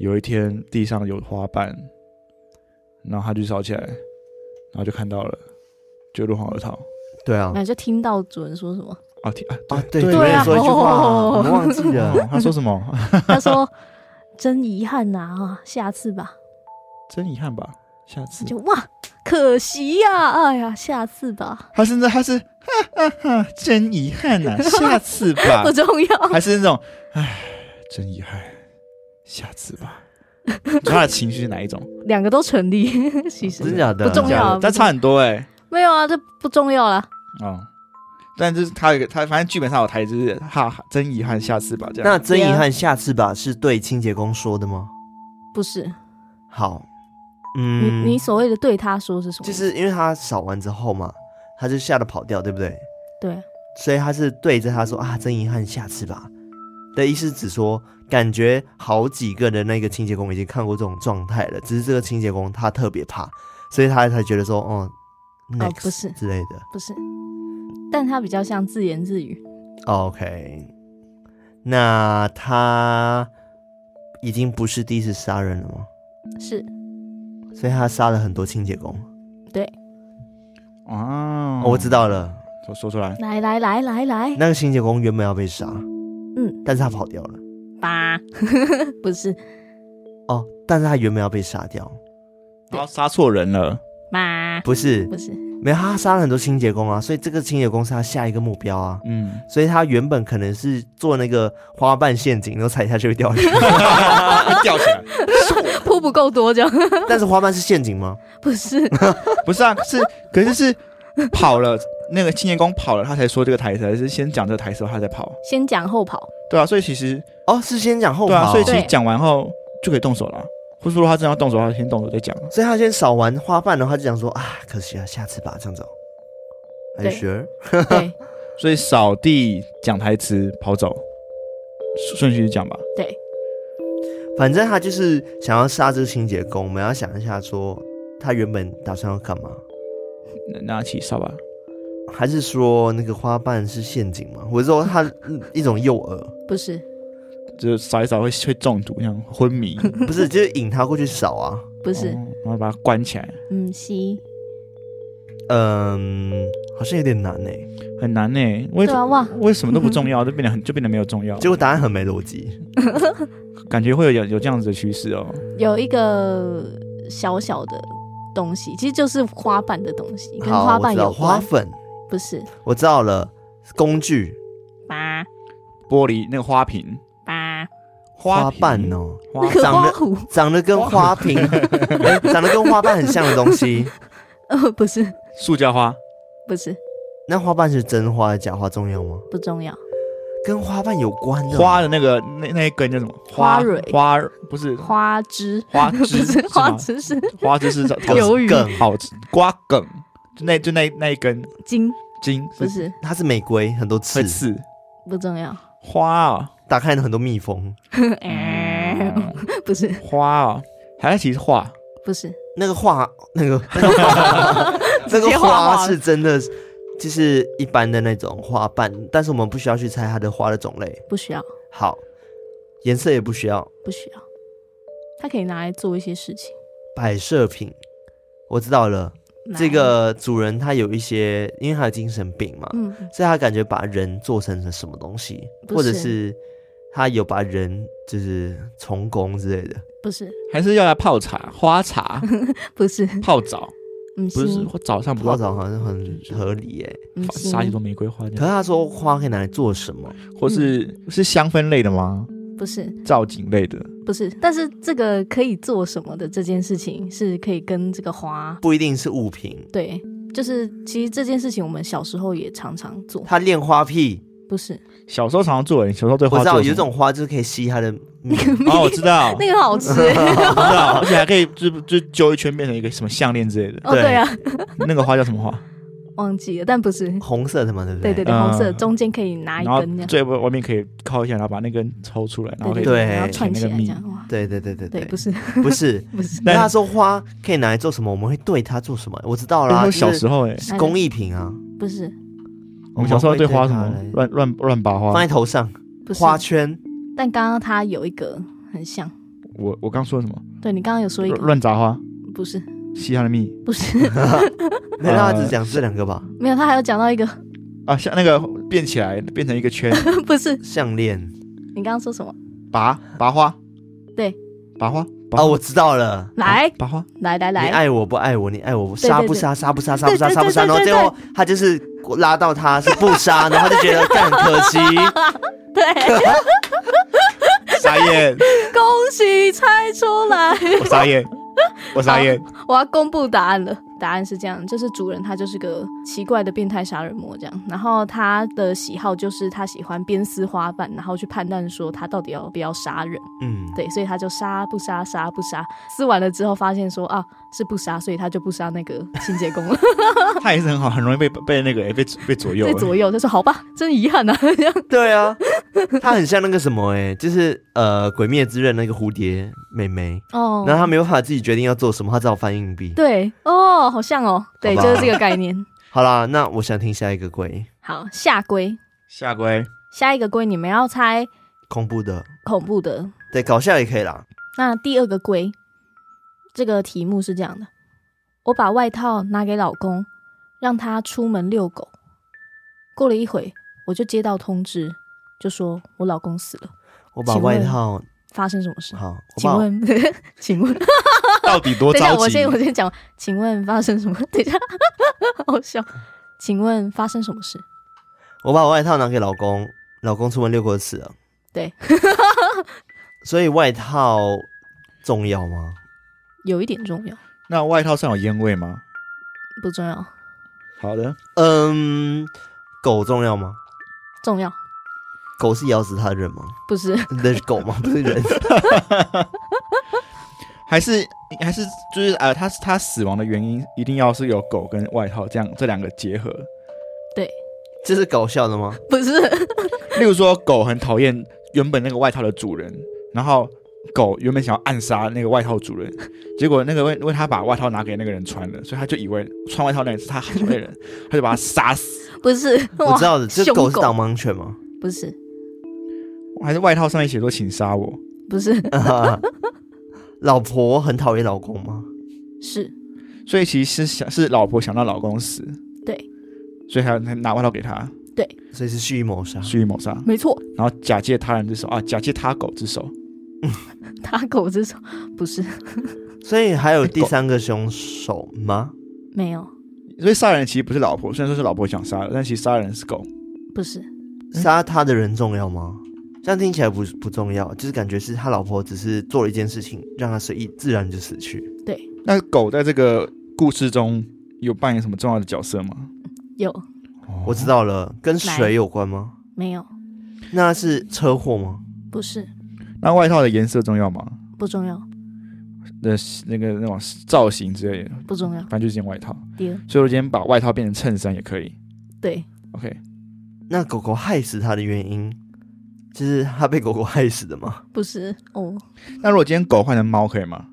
C: 有一天地上有花瓣，然后他就扫起来，然后就看到了，就落荒而逃。
A: 对啊，
B: 那就听到主人说什么，
C: 啊天啊！
A: 啊，对，
C: 对
A: 主任
B: 啊
A: 说一句话，
B: 哦
A: 我们忘记
C: 哦
A: 了，
C: 他说什么？
B: 他说。真遗憾呐、啊，下次吧。
C: 真遗憾吧，下次
B: 就哇，可惜呀、哎呀，下次吧，
C: 他是那 他是哈哈哈，真遗憾 呐、下次吧
B: 不。重要。
C: 还是那种，唉，真遗憾，下次 吧。你知道他的情绪是哪一种？
B: 两个都成立， 其实
A: 真的假的？
B: 不重要啊
C: 但差很多哎、
B: 没有啊，这不重要啦。
C: 哦，但就是他有一个他，反正剧本上有台词是哈，哈真遗憾，下次吧这样。
A: 那真遗憾，下次吧，是对清洁工说的吗？
B: 不是、
A: 好，
B: 你
A: 嗯
B: 你，所谓的对他说是什么？
A: 就是因为他扫完之后嘛，他就吓得跑掉，对不对？
B: 对，
A: 所以他是对着他说啊，真遗憾，下次吧。的意思只说，感觉好几个的那个清洁工已经看过这种状态了，只是这个清洁工他特别怕，所以他才觉得说，哦
B: 哦
A: ，next、
B: 不是
A: 之类的。
B: 不是，但他比较像自言自语，
A: OK，那他已经不是第一次杀人了吗？
B: 是
A: 所以他杀了很多清洁工。
C: 哦
A: 哦，我知，道了，
C: 说说出来，
B: 来来来来来
A: 那个清洁工原本要被杀，
B: 嗯，
A: 但是他跑掉了。
B: 吧， 不是
A: 哦，但是他原本要被杀掉，
C: 然后杀错人了，
B: 吧，
A: 不是，
B: 不是
A: 没有他杀了很多清洁工啊，所以这个清洁工是他下一个目标啊。
C: 嗯，
A: 所以他原本可能是做那个花瓣陷阱，然后踩下去会掉下去。啊
C: 吊起来，
B: 铺不够多这样，
A: 但是花瓣是陷阱吗？
B: 不是
C: 不是啊，是可是是跑了，那个青年工跑了，他才说这个台词，还是先讲这个台词他才跑？
B: 先讲后跑，
C: 对啊，所以其实
A: 哦，是先讲后
C: 对啊，
A: 跑，
C: 所以其
A: 所
C: 实
B: 对
C: 讲完后就可以动手了啊，或者说他真的要动手，他先动手再讲啊。
A: 以他先扫完花瓣，然后他就讲说啊，可惜啊，下次吧，这样子哦。Are you
B: 对
A: sure？
B: 对
C: 所以扫地、讲台词、跑走，顺顺序讲吧。
B: 对，
A: 反正他就是想要杀这个清洁工，我们要想一下说他原本打算要干嘛，
C: 那拿起扫把，
A: 还是说那个花瓣是陷阱吗？或者说他嗯一种诱饵？
B: 不是
C: 就是扫一扫会会中毒，这样昏迷。
A: 不是，就是引他过去扫啊。
B: 不 是
C: 哦，然后把它关起来，
B: 嗯西，
A: 嗯，好像有点难哎、
C: 很难呢、为
B: 对啊哇，
C: 为什么都不重要，就变得很就变得没有重要，
A: 结
C: 就
A: 果答案很没逻辑。
C: 感觉会有有有这样子的趋势哦。
B: 有一个小小的东西，其实就是花瓣的东西，跟
A: 好，
B: 花
A: 我
B: 瓣
A: 知道
B: 有
A: 花
B: 关，
A: 粉，
B: 不是
A: 我知道了，工具
B: 吧
C: 玻璃那个花瓶，
B: 吧，
A: 花
C: 瓶
A: 瓣哦，
B: 那
C: 花
B: 个
A: 长
B: 花
A: 得
B: 虎，
A: 长得跟花瓶，哎长得跟花瓣很像的东西。
B: 呃，不是，
C: 塑胶花，
B: 不是，
A: 那花瓣是真花还是假花重要吗？
B: 不重要。
A: 跟花瓣有关的
C: 花的那个那那一根叫什么？
B: 花
C: 花
B: 蕊
C: 花不是
B: 花枝，
C: 花
B: 不
C: 枝
B: 是
C: 是
B: 花
C: 吗
B: 枝是
C: 花枝是
A: 梗
B: 鱿鱼
A: 梗，
C: 好吃瓜梗，就那就那那一根
B: 茎，
C: 茎
B: 不
C: 是
B: 是，
A: 它是玫瑰，很多
C: 会
A: 刺，
C: 刺
B: 不重要。
C: 花哦，
A: 打开很多蜜蜂。
C: 嗯
B: 哎不是，
C: 花哦，还在其实画
B: 不是，
A: 那个画，那 个那个花，这
B: 直接
A: 个
B: 画
A: 花
B: 画
A: 是真的，就是一般的那种花瓣，但是我们不需要去猜它的花的种类。
B: 不需要，
A: 好，颜色也不需要，
B: 不需要。它可以拿来做一些事情。
A: 摆设品。我知道了，
B: 拿
A: 这，个主人他有一些，因为他有精神病嘛，
B: 嗯，
A: 所以他感觉把人做成了什么东西，
B: 不
A: 或者
B: 是
A: 是他有把人就是重工之类的。
B: 不是，
C: 还是要来泡茶，花茶
B: 不是，
C: 泡澡，
B: 嗯，
C: 不是
B: 心，
C: 早上不
A: 泡
C: 要
A: 澡嗯好像很合理耶、
B: 嗯，心
C: 撒几朵玫瑰花这
A: 可是
C: 样，
A: 他说花可以拿来做什么？
C: 或是
A: 嗯
C: 是香氛类的吗？
B: 不是，
C: 造景类的，
B: 不是。但是这个可以做什么的这件事情，是可以跟这个花，
A: 不一定是物品，
B: 对，就是其实这件事情我们小时候也常常做，
A: 他练花屁。
B: 不是
C: 小时候常常做，你小时候对
A: 我
C: 花
A: 知
C: 做
A: 道
C: 什
A: 有
C: 么
A: 一种花就是可以吸它的蜜，
C: 哦，我知道，
B: 那个 好吃欸，
C: 我知道，而且还可以就就揪一圈变成一个什么项链之类的，
B: 哦，对啊，
C: 那个花叫什么花？
B: 忘记了，但不是，
A: 红色的嘛，对不
B: 对
A: 对
B: 对对，
C: 嗯
B: 红色中间可以拿一
C: 然后
B: 根这样，
C: 最外外面可以靠一下，然后把那根抽出来，然后可
B: 对
C: 以
A: 对
B: 然后串起
C: 那个
B: 来这
C: 蜜
B: 样，哇，
A: 对对对对
B: 对，不是
A: 不是。
B: 不是，
A: 那
C: 但
A: 他说花可以拿来做什么？我们会对它做什么？我知道啦，
C: 那
A: 就
C: 时候小时
A: 是
C: 候哎、欸，
A: 是工艺品啊。
B: 不是，
C: 我们小时候
A: 会对
C: 花什
A: 它哎
C: 么
A: 来
C: 乱乱乱拔
A: 放
C: 花
A: 在。头上，
B: 不是，
A: 花圈
B: 但刚刚它有一个很像，
C: 我我刚说什么？
B: 对你刚刚有说一
C: 乱
B: 个，
C: 乱砸花，
B: 不是，
C: 吸他的蜜
B: 不是，
A: 没有，他只讲这两个吧。
B: 没有，他还有讲到一个，
C: 啊，像那个变起来变成一个圈，
B: 不是，
A: 项链
B: 你刚刚说什么？
C: 拔拔花，
B: 对，
C: 拔花，拔
A: 哦，我知道了。
B: 来
C: 拔花，
B: 来来
A: 你
B: 来，
A: 爱我不爱我，你爱我不
B: 对
A: 杀
B: 对
A: 不
B: 对
A: 杀，杀不杀，杀不杀，
B: 对对
A: 杀不杀。
B: 对
A: 然后
B: 对
A: 最后他就是拉到他是不 杀，然后他就觉得干可惜。
B: 对，
C: 傻眼，
B: 恭喜猜出来！
C: 我傻眼，我傻眼，
B: 我要公布答案了。答案是这样，就是主人他就是个奇怪的变态杀人魔这样，然后他的喜好就是他喜欢鞭尸花瓣，然后去判断说他到底要不要杀人。
A: 嗯，
B: 对，所以他就杀不杀，杀不杀，撕完了之后发现说啊是不杀，所以他就不杀那个清洁工了，
C: 他也是很好，很容易被被那个、欸、被被 左右、
B: 被
C: 欸，
B: 左右。他说好吧，真遗憾呐、啊，这样
A: 对啊，他很像那个什么哎、就是呃《鬼灭之刃》那个蝴蝶妹妹，然后
B: 哦。
A: 他没有办法自己决定要做什么，他只好翻硬币。
B: 对哦，好像哦，对，
A: 好
B: 就
A: 吧
B: 是这个 概念。
A: 好啦，那我想听下一个鬼
B: 好，下龟，
C: 下龟
B: 下一个龟你们要猜
A: 恐怖的，
B: 恐怖的。
A: 对，搞笑也可以啦。
B: 那第二个龟，这个题目是这样的：我把外套拿给老公，让他出门遛狗。过了一会，我就接到通知，就说我老公死了，
A: 我把
B: 请问
A: 外套
B: 发生什么事？
A: 好，我
B: 请
A: 把
B: 问，请问，
C: 到底多
B: 等一下，
C: 着
B: 我
C: 急
B: 先？我先讲，请问发生什么？等一下，好笑。请问发生什么事？
A: 我把外套拿给老公，老公出门遛狗死了。
B: 对，
A: 所以外套重要吗？
B: 有一点重要，
C: 那外套上有烟味吗？
B: 不重要，
C: 好的，
A: 嗯，狗重要吗？
B: 重要
A: 狗是咬死他的人吗？
B: 不是
A: 那是狗吗？不是人。
C: 还是还是就是呃，他他死亡的原因一定要是有狗跟外套这样这两个结合。
A: 这是搞笑的吗？
B: 不是
C: 例如说，狗很讨厌原本那个外套的主人，然后狗原本想要暗杀那个外套主人，结果那个为为他把外套拿给那个人穿了，所以他就以为穿外套那个人是他喜欢的人，他就把他杀 死。
B: 不是，
A: 我知道的，这
B: 凶
A: 狗是
B: 狗
A: 导盲犬吗？
B: 不是
C: 还是外套上面写说“请杀我
B: 不是
A: 啊老婆很讨厌老公吗？
B: 是”，
C: 所以其实是想是老婆想让老公死，
B: 对，
C: 所以还还拿外套给他，
A: 所以是蓄意谋杀。
C: 蓄意谋杀，
B: 没错，
C: 然后假借他人之手啊，假借他狗之手。
B: 打狗之手不是
A: 所以还有第三个凶手吗？
B: 没有
C: 所以杀人其实不是老婆，虽然说是老婆想杀的，但其实杀人是狗。
B: 不是
A: 杀他的人重要吗？这样听起来不不重要，就是感觉是他老婆只是做了一件事情，让他随意自然就死去。
C: 那狗在这个故事中有扮演什么重要的角色吗？
B: 有
A: 我知道了，跟
B: 来
A: 水有关吗？
B: 没有？
A: 那是车祸吗？
B: 不是，
C: 那外套的颜色重要吗？
B: 不重要，
C: 那那个那种造型之类的，
B: 不重要。
C: 反正就是件外套。
B: 第二，
C: 所以我今天把外套变成衬衫也可以。
B: 对，
C: OK，
A: 那狗狗害死他的原因，就是他被狗狗害死的吗？
B: 不是哦，
C: 那如果今天狗换成猫可以吗？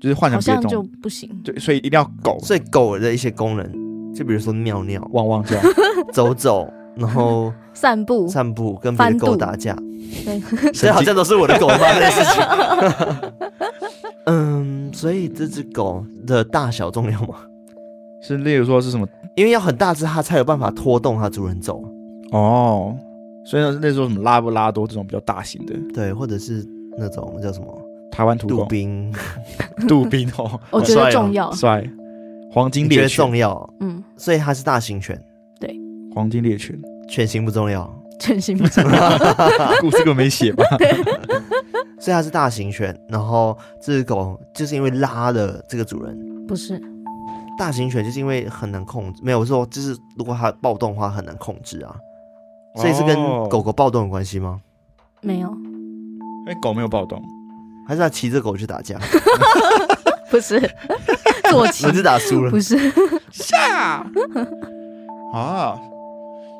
C: 就是换成
B: 好
C: 别
B: 像就
C: 种，
B: 不行。
C: 对，所以一定要狗。
A: 所以狗的一些功能，就比如说尿 尿、
C: 汪汪叫，
A: 走走，然后
B: 散步，
A: 散步，跟别的
B: 翻
A: 狗
B: 肚
A: 打架。
B: 对，
A: 所以好像都是我的狗发生的事情。 嗯，所以这只狗的大小重要吗？
C: 是例如说是什么？
A: 因为要很大只，它才有办法拖动它主人走。
C: 哦，所以那那时候什么拉布拉多这种比较大型的
A: 对，或者是那种叫什么
C: 台湾土
A: 杜
C: 狗、
A: 宾，
C: 杜宾 哦，
B: 我觉
A: 帅
B: 得
A: 哦
B: 重要。
C: 帅，黄金
A: 你觉
C: 猎
A: 得
C: 犬，
A: 重要？
B: 嗯，
A: 所以它是大型犬，
C: 黄金猎犬，
A: 犬型不重要，
B: 全心不重要。
C: 故事根本没写吧？
A: 所以它是大型犬。然后这只狗就是因为拉了这个主人，
B: 不是，
A: 大型犬就是因为很难控制，没有我说就是如果它暴动的话很难控制啊，所以是跟
C: 哦
A: 狗，狗暴动有关系吗？
B: 没有，
C: 因为狗没有暴动，
A: 还是它骑着狗去打 架？
B: 不是， 坐骑
A: 我，是打输了
B: 不。是，
C: 啊，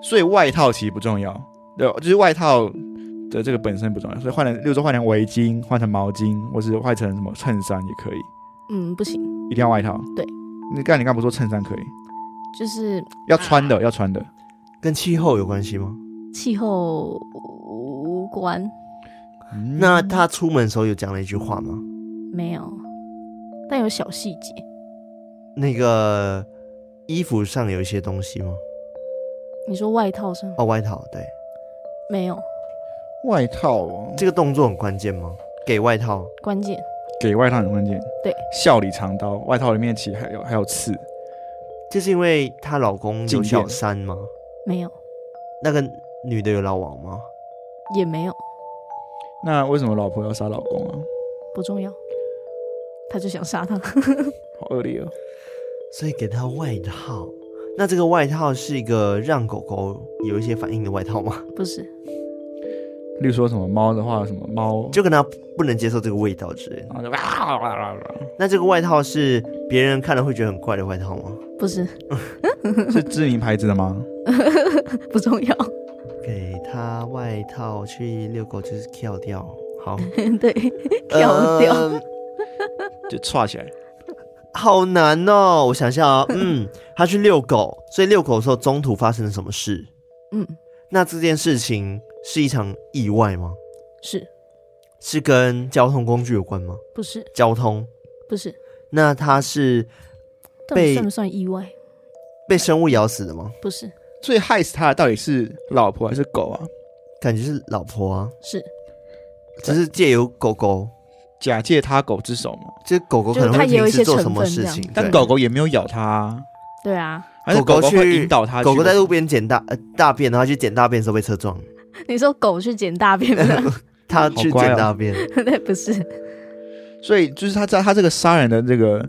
C: 所以外套其实不重要，对，就是外套的这个本身不重要，所以换成，例如说换成围巾、换成毛巾，或是换成什么衬衫也可以，
B: 嗯，不行，
C: 一定要外套。
B: 对，
C: 你刚你刚不是说衬衫可以，
B: 就是
C: 要穿
B: 啊
C: 的，要穿的，
A: 跟气候有关系吗？
B: 气候无关，
C: 嗯
A: 那他出门的时候有讲了一句话吗？
B: 没有，但有小细节，
A: 那个衣服上有一些东西吗？
B: 你说外套上
A: 哦，外套，对，
B: 没有
C: 外套哦，
A: 这个动作很关键吗？给外套，
B: 关键，
C: 给外套很关键。
B: 对，
C: 笑里藏刀，外套里面其实还有还有刺，
A: 就是因为她老公有
C: 静电
A: 小三吗？
B: 没有，
A: 那个女的有老王吗？
B: 也没有，
C: 那为什么老婆要杀老公啊？
B: 不重要，他就想杀他，
C: 好恶劣哦。
A: 所以给她外套。那这个外套是一个让狗狗有一些反应的外套吗？
B: 不是，
C: 例如说什么猫的话，什么猫
A: 就可能它不能接受这个味道之类的。
B: 嗯
C: 然后就啊哇哇哇哇
A: 那这个外套是别人看了会觉得很怪的外套吗
B: 不是，
C: 哇，是知名牌子的吗？
B: 不重要，
A: 给他外套去遛狗就是跳掉，好
B: 对，跳掉
A: 呃
C: 就歘起来。
A: 好难哦。我想一下啊、嗯，他去遛狗，所以遛狗的时候中途发生了什么事？
B: 嗯，
A: 那这件事情是一场意外吗？
B: 是
A: 是跟交通工具有关吗？
B: 不是
A: 交通？
B: 不是，
A: 那他是
B: 到
A: 被
B: 底算不算意外？
A: 被生物咬死的吗？
B: 不是，
C: 最害死他的到底是老婆还是狗啊？
A: 感觉是老婆啊，
B: 是，
A: 只是借由狗狗，
C: 假借他狗之手嘛，
A: 就是狗狗
B: 就
A: 可能
B: 它
A: 会
B: 也有
A: 平
B: 一些
A: 时做什
B: 成
A: 么
B: 分
A: 事
B: 这样
A: 情，
C: 但
A: 对
C: 狗狗也没有咬他、啊，
B: 对啊，
C: 还是
A: 狗
C: 狗
A: 狗
C: 会
A: 去
C: 引导他去。
A: 狗狗在路边捡大呃大便，然后去捡大便的时候被车 撞，
B: 你说狗去捡大便吗？
A: 它去
C: 好乖哦
A: 捡大便，
B: 对，不是，
C: 所以就是他在他这个杀人的这个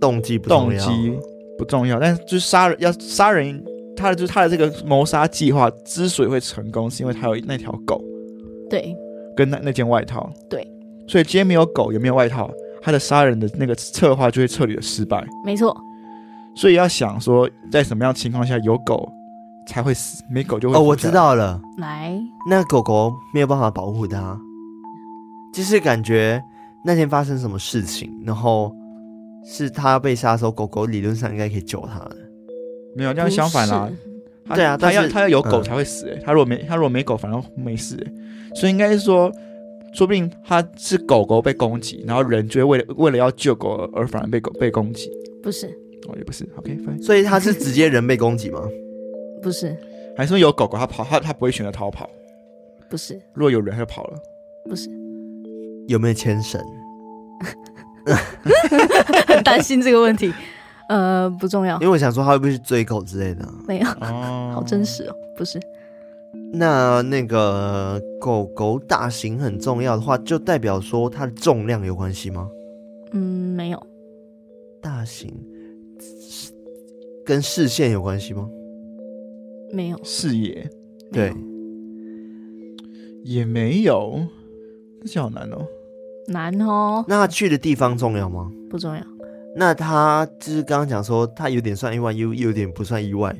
A: 动机不
C: 动
A: 重要。
C: 机不重要，但是就是杀人要杀人，他的就是他的这个谋杀计划之所以会成功，是因为他有那条狗
B: 对，
C: 跟那那件外套。
B: 对，
C: 所以今天没有狗也没有外套，他的杀人的那个策划就会彻底的失败。
B: 没错，
C: 所以要想说，在什么样的情况下有狗才会死，没狗就会
A: 哦，
C: 活
A: 我
C: 下
A: 知
C: 来。
A: 道了，
B: 来，
A: 那狗狗没有办法保护它，就是感觉那天发生什么事情，然后是它被杀的时候，狗狗理论上应该可以救它的。
C: 没有这样相反啦
B: 不。
C: 他
A: 对啊
C: 他
A: 但
C: 要
A: 是
C: 他要有狗
A: 嗯
C: 才会死、欸，他如果没他如果没狗，反而没事、欸。所以应该是说，说不定他是狗狗被攻击，然后人就会为了为了要救狗而反而被狗被攻击。
B: 不是，
C: 哦，也不是，OK，反正
A: 所以它是直接人被攻击吗？
B: 不是，
C: 还是有狗狗，它跑，它它不会选择逃跑。
B: 不是，
C: 如果有人，它就跑了。
B: 不是，
A: 有没有牵 绳？
B: 很担心这个问题。呃，不重要
A: 因为，我想说它会不会去追狗之类的啊。
B: 没有，
C: 哦
B: 好真实哦，不是，
A: 那那个狗狗大型很重要的话，就代表说它的重量有关系吗？
B: 嗯，没有，
A: 大型跟视线有关系吗？
B: 没有，
C: 视野
B: 没有
A: 对，
C: 也没有，这题好难哦。
B: 难哦，
A: 那它去的地方重要吗？
B: 不重要。
A: 那它就是刚刚讲说，它有点算意外，又又有点不算意外，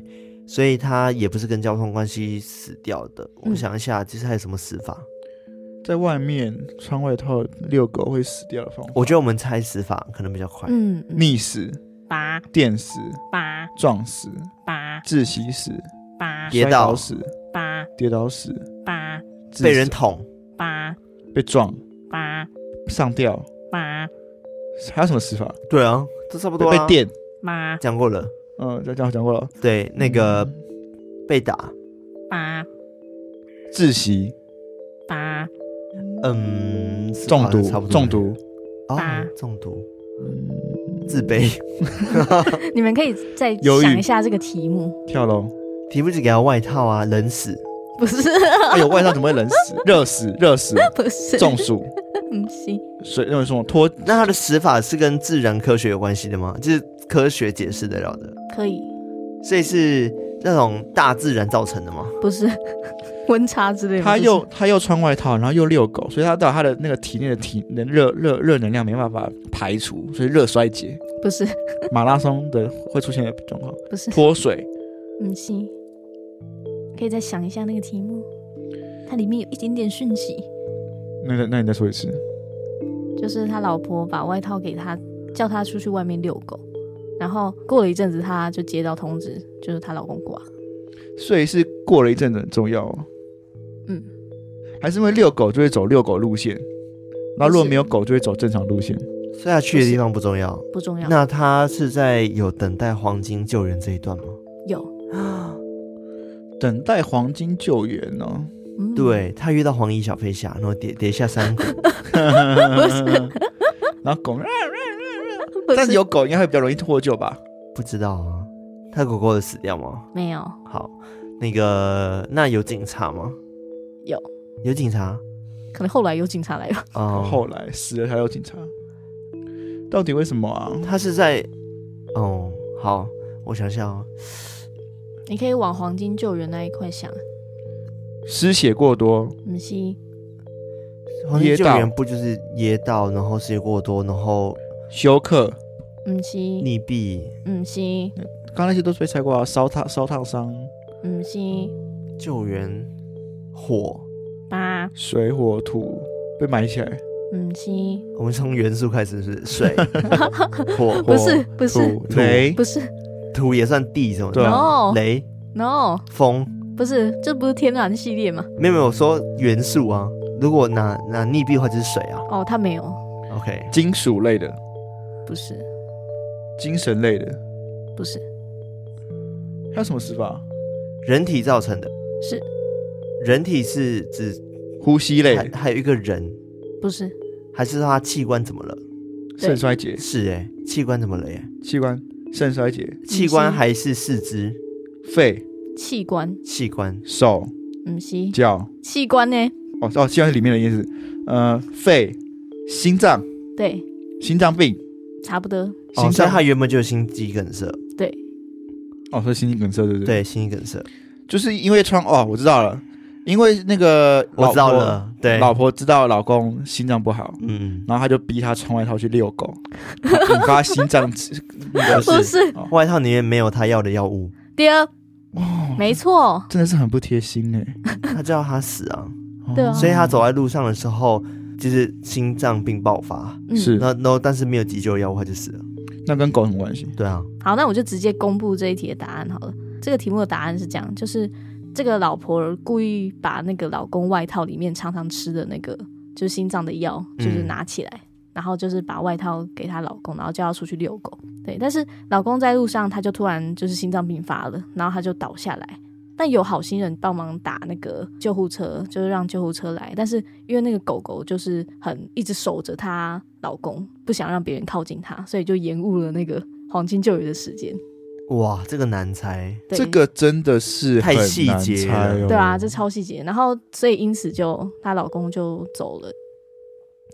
A: 所以它也不是跟交通关系死掉的。
B: 嗯
A: 我想一下，就是还有什么死法？
C: 在外面穿外套遛狗会死掉的方法，
A: 我觉得我们猜死法可能比较快。
B: 嗯，嗯
C: 溺死、
B: 八
C: 电死、
B: 八
C: 撞死、
B: 八
C: 窒息死、
B: 八
A: 跌
C: 摔
A: 倒
C: 倒死、
B: 八
C: 跌倒死、
B: 八
C: 致
A: 被人
C: 死
A: 捅，
B: 八
C: 被撞、
B: 八
C: 上吊，
B: 八
C: 还有什么死法？
A: 对啊，这差不多、
C: 被
A: 啊。
C: 被电，
B: 八
A: 讲过了，
C: 嗯，这讲讲过了。嗯
A: 对，那个
B: 嗯
A: 被打，
B: 八
C: 窒息、
B: 八
A: 嗯，死法
C: 中毒
A: 差不、多
C: 中毒，
A: 哦
B: 打，
A: 中毒，
C: 嗯，
A: 自卑。
B: 你们可以再
C: 犹豫
B: 想一下这个题目，
C: 跳楼。
A: 题目就给他外套啊，冷死。
B: 不是
C: 哎呦，外套怎么会冷死？热死、热死、
B: 不是嗯
C: 中暑、
B: 不是
C: 水那种什么脱
A: 那他的死法是跟自然科学有关系的吗？就是科学解释得了的，
B: 可以
A: 所以是那种大自然造成的吗？
B: 不是 温差之类的，
C: 他
B: 不是
C: 又他又穿外套，然后又遛狗，所以他到他的那个体内的体能热热热能量没办法排除，所以热衰竭。
B: 不是
C: 马拉松的会出现的状况，
B: 不是
C: 脱水
B: 不嗯是，可以再想一下那个题目，它里面有一点点讯息，
C: 那个，那你再说一次。
B: 就是他老婆把外套给他，叫他出去外面遛狗，然后过了一阵子，他就接到通知，就是她老公挂，
C: 所以是过了一阵子很重要、哦，
B: 嗯，
C: 还是因为遛狗就会走遛狗路线，然后如
B: 不
C: 果
B: 是
C: 没有狗就会走正常路线。
A: 所以他去的地方不重要。
B: 不重要。
A: 那他是在有等待黄金救援这一段吗？
B: 有，
C: 等待黄金救援呢、 哦？
B: 嗯，
A: 对他遇到黄衣小飞侠，然后跌跌下山谷，
C: 然后狗，啊
B: 不
C: 但
B: 是
C: 是有狗应该会比较容易获救吧？
A: 不知道啊，他狗狗有死掉吗？
B: 没有
A: 好，那个那有警察吗？
B: 有，
A: 有警察
B: 可能后来有警察来吧，
A: 哦。
C: 后来死了才有警察，到底为什么啊？
A: 他是在哦，好，我想想哦，
B: 你可以往黄金救援那一块想，
C: 失血过多，
B: 嗯，西
A: 黄金
C: 噎
A: 救
C: 到
A: 援不就是噎到，然后失血过多，然后
C: 休克，
B: 嗯西
A: 溺毙，
B: 嗯西
C: 刚刚那些都是被拆过啊，烧烫烧烫伤，
B: 嗯西
A: 救援火，
B: 八
C: 水火土被埋起来，
B: 嗯西，
A: 我们从元素开始是不是水、火、
B: 不是不是
C: 土雷
B: 不是
A: 土也算地什么
C: 对
A: 的，
C: 啊
B: ，no
A: 雷、
B: no，
A: 风，
B: 不是，这不是天然系列吗？
A: 没有没有我说元素啊，如果拿拿溺毙的话就是水啊
B: 哦，他没有，
A: ，OK，
C: 金属类的、
B: 不是
C: 精神类的，
B: 不是
C: 还有什么死法？
A: 人体造成的，
B: 是
A: 人体是指
C: 呼吸类
A: 还、还有一个人，
B: 不是
A: 还是他器官怎么了？
C: 肾衰竭、
A: 是哎、器官怎么了耶？
C: 器官肾衰竭、
A: 器官还是四肢？
C: 肺、
B: 器官，
A: 器官
C: 手、
B: 嗯西
C: 脚，
B: 器官呢？
C: 哦哦，器官是里面的意思，呃，肺、心脏、
B: 对，
C: 心脏病、
B: 差不多，
A: 哦，
C: 心
A: 所以
C: 脏
A: 他原本就有心肌梗塞，
B: 对，
C: 哦，所以心肌梗塞对不对？，
A: 对，心肌梗塞，
C: 就是因为穿哦，我知道了，因为那个
A: 我知道
C: 老婆，
A: 了，对，
C: 老婆知道老公心脏不好，
A: 嗯，
C: 然后他就逼他穿外套去遛狗，引发心脏疾那个
B: 不是
A: 外套里面没有他要的药物，
B: 第二，
C: 哦，
B: 没错，
C: 真的是很不贴心哎。
A: 他就要他死啊，
C: 哦
B: 对啊
A: 所以他走在路上的时候，就是心脏病爆发，
B: 嗯，
C: 是
A: 那那但是没有急救药物他就死了，
C: 那跟狗有什么关系？
A: 对啊，
B: 好，那我就直接公布这一题的答案好了。这个题目的答案是这样，就是这个老婆故意把那个老公外套里面常常吃的那个就是心脏的药，就是
A: 嗯
B: 拿起来，然后就是把外套给她老公，然后叫他出去遛狗。对，但是老公在路上他就突然就是心脏病发了，然后他就倒下来。但有好心人帮忙打那个救护车，就是让救护车来。但是因为那个狗狗就是很一直守着她老公，不想让别人靠近她，所以就延误了那个黄金救援的时间。
A: 哇，这个难猜，
B: 对
C: 这个真的是
A: 太
C: 很
A: 细
C: 难
A: 节
C: 猜
A: 了
C: 哦
B: 对啊，这超细节。然后所以因此就她老公就走了。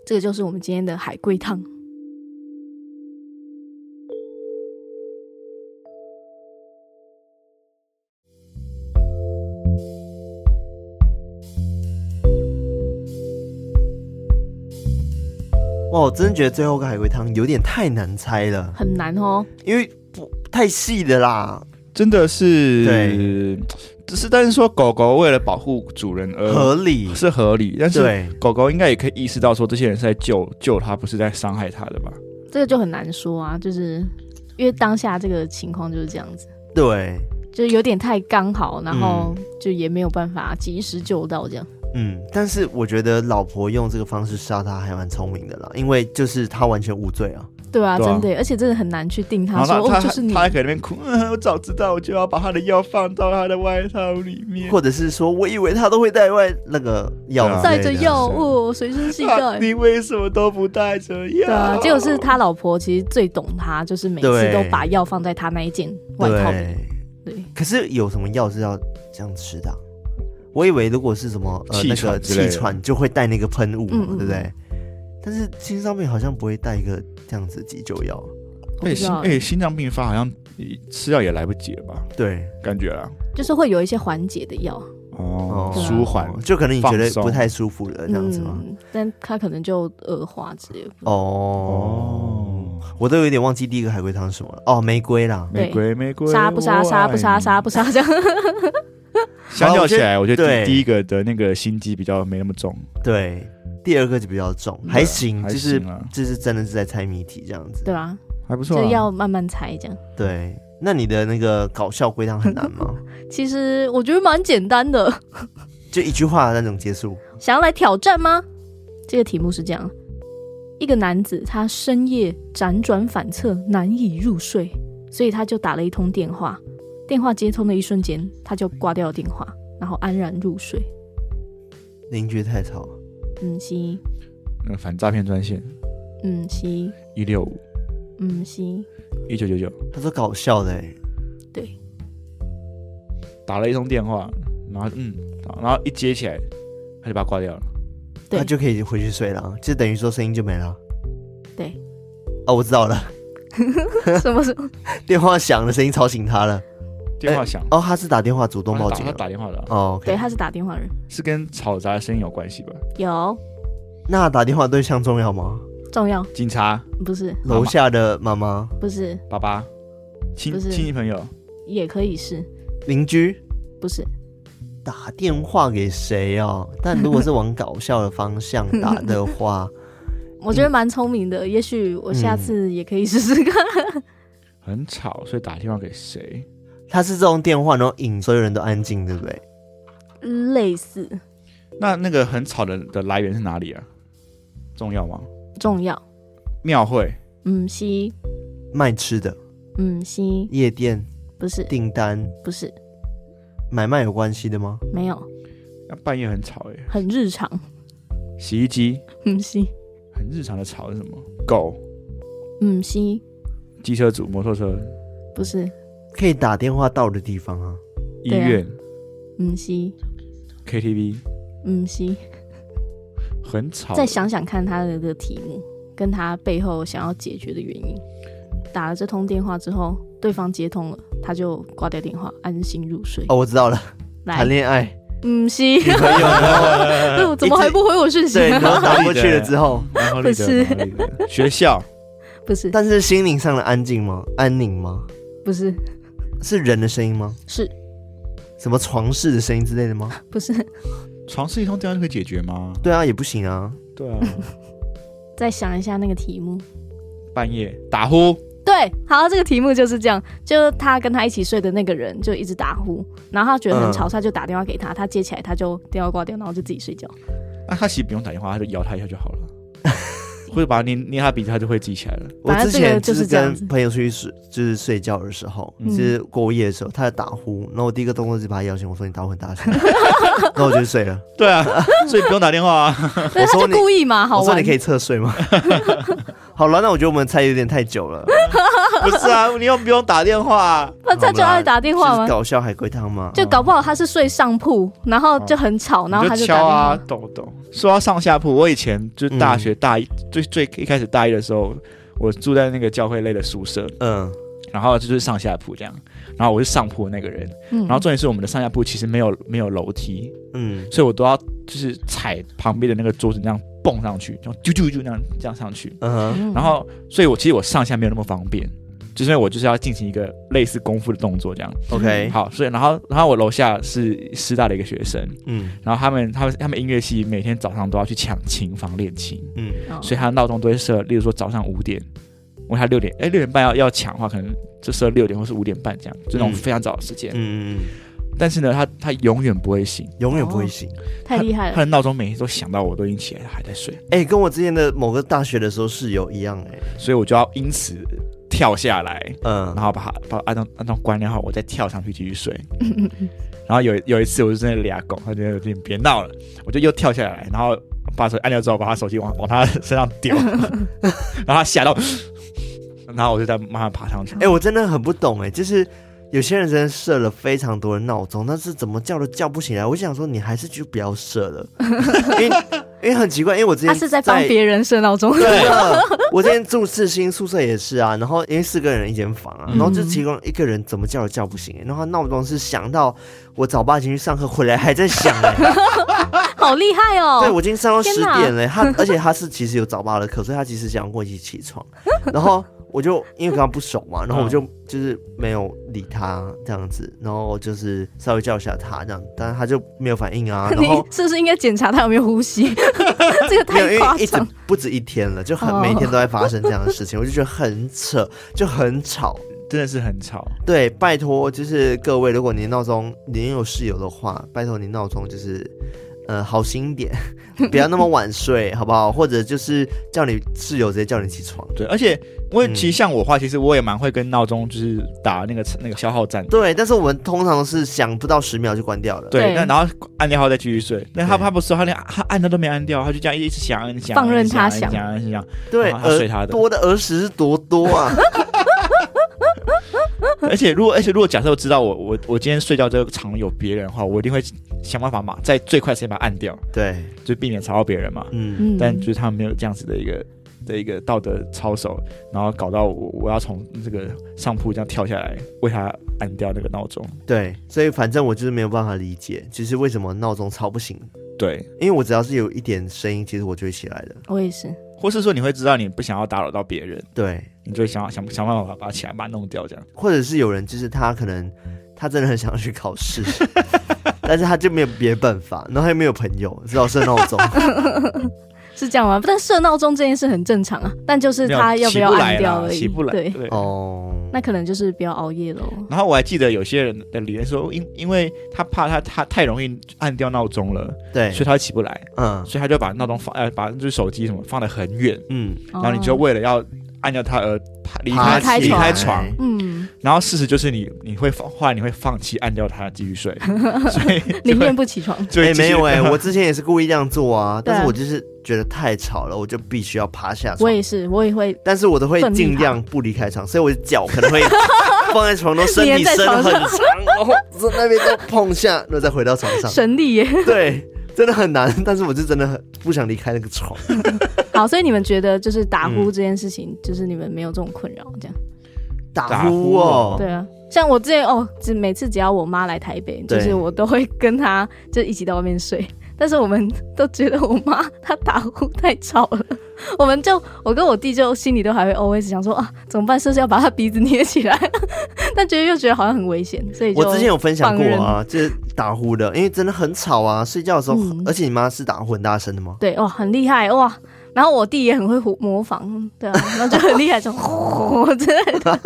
B: 这个就是我们今天的海龟汤。
A: 哇，我真的觉得最后个海龟汤有点太难猜了，
B: 很难哦，
A: 因为不太细的啦，
C: 真的是
A: 对，
C: 只是但是说狗狗为了保护主人而
A: 合理，
C: 是合理，呃但是
A: 对，
C: 狗狗应该也可以意识到说这些人是在救救它，不是在伤害它的吧？
B: 这个就很难说啊，就是因为当下这个情况就是这样子，
A: 对，
B: 就是有点太刚好，然后
C: 嗯
B: 就也没有办法及时救到这样。
A: 嗯，但是我觉得老婆用这个方式杀他还蛮聪明的啦，因为就是他完全无罪啊，
B: 对啊，
C: 对啊
B: 真的耶，而且真的很难去定
C: 然
B: 他说
C: 后
B: 哦，
C: 它
B: 就
C: 它
B: 是你
C: 它，还可以在那边哭， 嗯，我早知道我就要把它的药放到它的外套里面。
A: 或者是说我以为他都会带外那个药
C: 嗯对啊
A: 之类
B: 带
A: 的，
B: 着药物随身携带
C: 啊。你为什么都不带着 药？
B: 对啊，结果是他老婆其实最懂他，就是每次
A: 对
B: 都把药放在他那一件外套里。
A: 对，
B: 对，
A: 可是有什么药是要这样吃的啊、我以为如果是什么呃
C: 气
A: 那
C: 喘
A: 个
C: 之类
A: 气
C: 的
A: 喘就会带那个喷雾嘛，
B: 嗯嗯
A: 对不对？但是心脏病好像不会带一个这样子急救药，
B: 我不
C: 哎
B: 知
C: 心
B: 道
C: 哎心脏病发好像吃药也来不及了吧？
A: 对，
C: 感觉啊，
B: 就是会有一些缓解的药，
C: 哦
A: 哦，
C: 舒缓
A: 就可能你觉得
C: 放松
A: 不太舒服了这样子吗？
B: 嗯，但他可能就恶化之类的。
A: 哦，我都有点忘记第一个海龟汤是什么了，哦，玫瑰啦，
C: 玫瑰玫瑰，
B: 杀不杀？
C: 我
B: 杀不杀？
C: 爱
B: 杀不杀？这样
C: 你。相较起来，我觉得
A: 对
C: 第第一个的那个心机比较没那么重，
A: 对，第二个就比较重，还行，
C: 还
A: 嗯就是
C: 行啊
A: 就是真的是在猜谜题这样子，
B: 对啊，
C: 还不错
B: 就
C: 啊。
B: 要慢慢猜这样。
A: 对。那你的那个搞笑龟汤很难吗？
B: 其实我觉得蛮简单的，
A: 就一句话那种结束，
B: 想要来挑战吗？这个题目是这样：一个男子他深夜辗转反侧，难以入睡，所以他就打了一通电话。电话接通的一瞬间，他就挂掉了电话，然后安然入睡。
A: 邻居太吵了。
B: 嗯西，
C: 嗯，反诈骗专线
B: 嗯西，
C: 一六五
B: 嗯西，
C: 一九九九
A: 他说搞笑的、欸，
B: 对，
C: 打了一通电话，然后嗯，好然后一接起来，他就把它挂掉了。
B: 对
A: 他就可以回去睡了啊，就等于说声音就没了。
B: 对，
A: 哦，我知道了，
B: 什么什么？
A: 电话响了，声音吵醒他了。
C: 电话响，
A: 哦，他是打电话主动
C: 他
A: 报
C: 打
A: 警
C: 他
A: 了。
C: 打电话的啊，
A: 哦
B: 对，
A: ，OK，
B: 他是打电话的人，
C: 是跟吵杂的声音有关系吧？
B: 有
A: 那打电话对象重要吗？
B: 重要
C: 警察
B: 不是
C: 妈
A: 楼下的妈妈、
B: 不是
C: 爸爸，亲
B: 不是
C: 亲戚朋友，
B: 也可以是
A: 邻居
B: 不是？
A: 打电话给谁哦？但如果是往搞笑的方向打的话，
B: 我觉得蛮聪明的，也许我下次也可以试试看。
C: 很吵，所以打电话给谁？
A: 他是这种电话，然后引所有人都安静，对不对？
B: 类似
C: 那那个很吵的的来源是哪里啊？重要吗？
B: 重要，
C: 庙会、
B: 嗯西
A: 卖吃的、
B: 嗯西
A: 夜店、
B: 不是
A: 订单、
B: 不是
A: 买卖有关系的吗？
B: 没有
C: 那半夜很吵哎，
B: 很日常，
C: 洗衣机
B: 嗯西
C: 很日常的吵是什么？狗、
B: 嗯西
C: 机车主、摩托车、
B: 不是
A: 可以打电话到的地方啊。
C: 医
B: 对啊
C: 院、
B: 嗯西
C: KTV，
B: 嗯西。
C: 很吵。
B: 再想想看他的这个题目跟他背后想要解决的原因。打了这通电话之后，对方接通了，他就挂掉电话，安心入睡。
A: 哦，我知道了，
B: 来
A: 谈，恋爱。
B: 嗯西，
A: 朋友，
B: 对，我怎么还不回我讯息
A: 对，然后
B: 啊？
A: 打过去了之后，
C: 蛮合理
B: 不
C: 的
B: 是
C: 蛮合理的学校
B: 不 是
A: 但是心灵上的安静吗？安宁吗？
B: 不是
A: 是人的声音吗？
B: 是
A: 什么床事的声音之类的吗？
B: 不是？
C: 床是一通电话就可以解决吗？
A: 对啊，也不行啊。
C: 对啊，
B: 再想一下那个题目。
C: 半夜打呼，
B: 对，好，这个题目就是这样，就他跟他一起睡的那个人就一直打呼，然后他觉得很吵，他就打电话给他，他接起来他就电话挂掉，然后就自己睡 觉。
C: 那啊他其实不用打电话，他就摇他一下就好 了，或者把他捏捏他鼻子，他就会记起来了。
A: 我
B: 反
A: 之
B: 正这个
A: 前
B: 就是
A: 是
B: 这样
A: 跟
B: 子
A: 朋友出去睡，就是睡觉的时候，
C: 嗯
A: 就是过夜的时候，他在打呼，然后我第一个动作就是把他摇醒，我说你打呼很大声，然后我就睡了。
C: 对啊， 所以不用打电话啊。
B: 对，他
A: 说
B: 就
A: 你
B: 故意嘛，好
A: 我说
B: 玩
A: 你可。以侧睡吗？好了，那我觉得我们猜有点太久了，
D: 不是啊，你又不用打电话啊、
B: 那他就爱打电话
A: 就是
B: 吗？
A: 搞笑海龟汤吗？
B: 就搞不好他是睡上铺，
A: 哦
B: 然后就很吵，然后他
C: 你
B: 就
C: 就
B: 打
C: 敲
B: 电
C: 啊
B: 话。，
C: 抖抖。说到上下铺，我以前就是大
D: 嗯
C: 学大一、最最一开始大一的时候，我住在那个教会类的宿舍，
A: 嗯，
C: 然后就是上下铺这样，然后我是上铺那个人，
B: 嗯
C: 然后重点是我们的上下铺其实没有没有楼梯，
A: 嗯
C: 所以我都要就是踩旁边的那个桌子那样蹦上去，然后啾啾啾那样这样上去，
A: 嗯哼，
B: 嗯
C: 然后所以我其实我上下没有那么方便，就是因为我就是要进行一个类似功夫的动作这样。
A: ，OK，
C: 好，所以然后然后我楼下是师大的一个学生，
A: 嗯
C: 然后他们他们他们音乐系每天早上都要去抢琴房练琴，
A: 嗯
B: 哦
C: 所以他的闹钟都会设，例如说早上五点，因为他六点，哎六点半要要抢的话，可能就设六点或是五点半这样，就那种
A: 嗯
C: 非常早的时间。
A: 嗯，嗯
C: 但是呢，他他永远不会醒，
A: 永远不会醒。
B: 太厉害
C: 他
B: 了，
C: 的闹钟每天都响到我都已经起来了，还在睡，
A: 哎，跟我之前的某个大学的时候室友一样，哎，
C: 所以我就要因此跳下来，然
A: 嗯
C: 后把它把它按照按照关掉后，我再跳上去继续睡。然后有有一次我就真的俩狗，他觉得有点别闹了，我就又跳下来，然后把手按掉之后，把他手机往往他身上丢，然后他吓到，然后我就再慢慢爬上去。
A: 哎，我真的很不懂，哎，就是。有些人真的设了非常多的闹钟，但是怎么叫都叫不醒来。我想说，你还是就不要设 了，因为因为很奇怪，因为我之前
B: 他啊是在帮别人设闹钟。
A: 对，我之前住四星宿舍也是啊，然后因为四个人一间房啊，然后
B: 嗯
A: 就其中一个人怎么叫都叫不醒、哎然后他闹钟是响到我早八已经去上课回来还在响、欸，
B: 好厉害
A: 对我
B: 哦！
A: 已经上到十
B: 天哪
A: 点了、 他而且他是其实有早八的课，所以他其实想跟我一起起床，然后我就因为跟他不熟嘛，然后我就
B: 嗯
A: 就是没有理他这样子，然后就是稍微叫一下他这样，但是他就没有反应啊，然
B: 你
A: 后。
B: 是不是应该检查他有没有 呼吸？这个
A: 没有，
B: 太
A: 因
B: 夸
A: 为一直
B: 张。
A: 不止一天了，就很
B: 哦
A: 每天都在发生这样的事情，我就觉得很扯，就很吵。
C: 真的是很吵，
A: 对，拜托，就是各位，如果你闹钟你有室友的话，拜托你闹钟就是，呃，好心一点， 不要那么晚睡，好不好？或者就是叫你室友直接叫你起床。
C: 对，而且因为
A: 嗯
C: 其实像我的话，其实我也蛮会跟闹钟就是打那个那个消耗战，
A: 对，但是我们通常是想不到十秒就关掉了。
B: 对，
C: 对那然后按掉后再继续睡，但他
A: 对
C: 他不是他连他按掉都没按掉，他就这样一直响，一直响，
B: 放任
C: 一直
B: 他
C: 响，
B: 响
C: 一直响，一直响，
A: 对，
C: 然后他睡
A: 而
C: 他的。
A: 多的儿时是多多啊。
C: 而且如果而且如果假设我知道我我我今天睡觉这个场有别人的话，我一定会想办法嘛，在最快时间把它按掉，
A: 对，
C: 就避免吵到别人嘛。
A: 嗯，
B: 嗯，
C: 但就是他们没有这样子的一个的一个道德操守，然后搞到我我要从这个上铺这样跳下来，为他按掉那个闹钟。
A: 对，所以反正我就是没有办法理解，就是为什么闹钟吵不醒，
C: 对，
A: 因为我只要是有一点声音，其实我就会起来的。
B: 我也是。
C: 或是说你会知道你不想要打扰到别人，
A: 对，
C: 你就会想要想想办法把它起来把它弄掉这样。
A: 或者是有人就是他可能他真的很想要去考试， 但是他就没有别的办法，然后他又没有朋友，只好设闹 钟。
B: 是这样吗？但设闹钟这件事很正常啊，但就是他要不要按掉而已。
C: 起不来啦，起
B: 对
C: 不，来。对。
A: 哦，
B: 那可能就是不要熬夜喽。
C: 然后我还记得有些人的理论说，因因为他怕他他太容易按掉闹钟了，
A: 对
C: 所以，他会起不来。
A: 嗯
C: 所以他就把闹钟放呃，把就是手机什么放得很远，
A: 嗯，
B: 然
C: 然后你就为了要按照他而爬离
A: 爬
C: 开
B: 起
C: 离
B: 来
C: 开床，
B: 嗯，
C: 然后事实就是你你会放，后来你会放弃按掉它继续 睡，所以
B: 宁愿不起 床。
C: 就
A: 哎、
C: 会继续
A: 没有 哎、我之前也是故意这样做啊，
B: 对啊
A: 但是我就是觉得太吵了，我就必须要爬下
B: 我
A: 床。
B: 也是，我也会。
A: 但是我都会
B: 奋力
A: 尽量不离开床，所以我的脚可能会放在 床头，身体
B: 粘在
A: 伸
B: 床
A: 很
B: 上
A: 长，然后在那边都碰下，然后再回到床上。
B: 神力耶！
A: 对，真的很难，但是我就真的很不想离开那个床。
B: 好，所以你们觉得就是打
C: 嗯
B: 呼这件事情，就是你们没有这种困扰，这样
A: 打
C: 打
A: 呼
C: 呼
A: 哦
C: 哦，
B: 对啊。像我之前哦，只每次只要我妈来台北，
A: 对
B: 就是我都会跟她就一起到外面睡。 但是我们都觉得我妈她打呼太吵了， 我们就我跟我弟就心里都还会 always 想说啊，怎么办？是不是要把她鼻子捏起来？ 但觉得又觉得好像很危险，所以就
A: 我之前有分享过啊，就是打呼的，因为真的很吵啊，睡觉的时候，
B: 嗯
A: 而且你妈是打呼很大声的吗？
B: 对哇，很厉害哇。然后我弟也很会胡模仿， 对啊，然后就很厉害，就 呼之类的。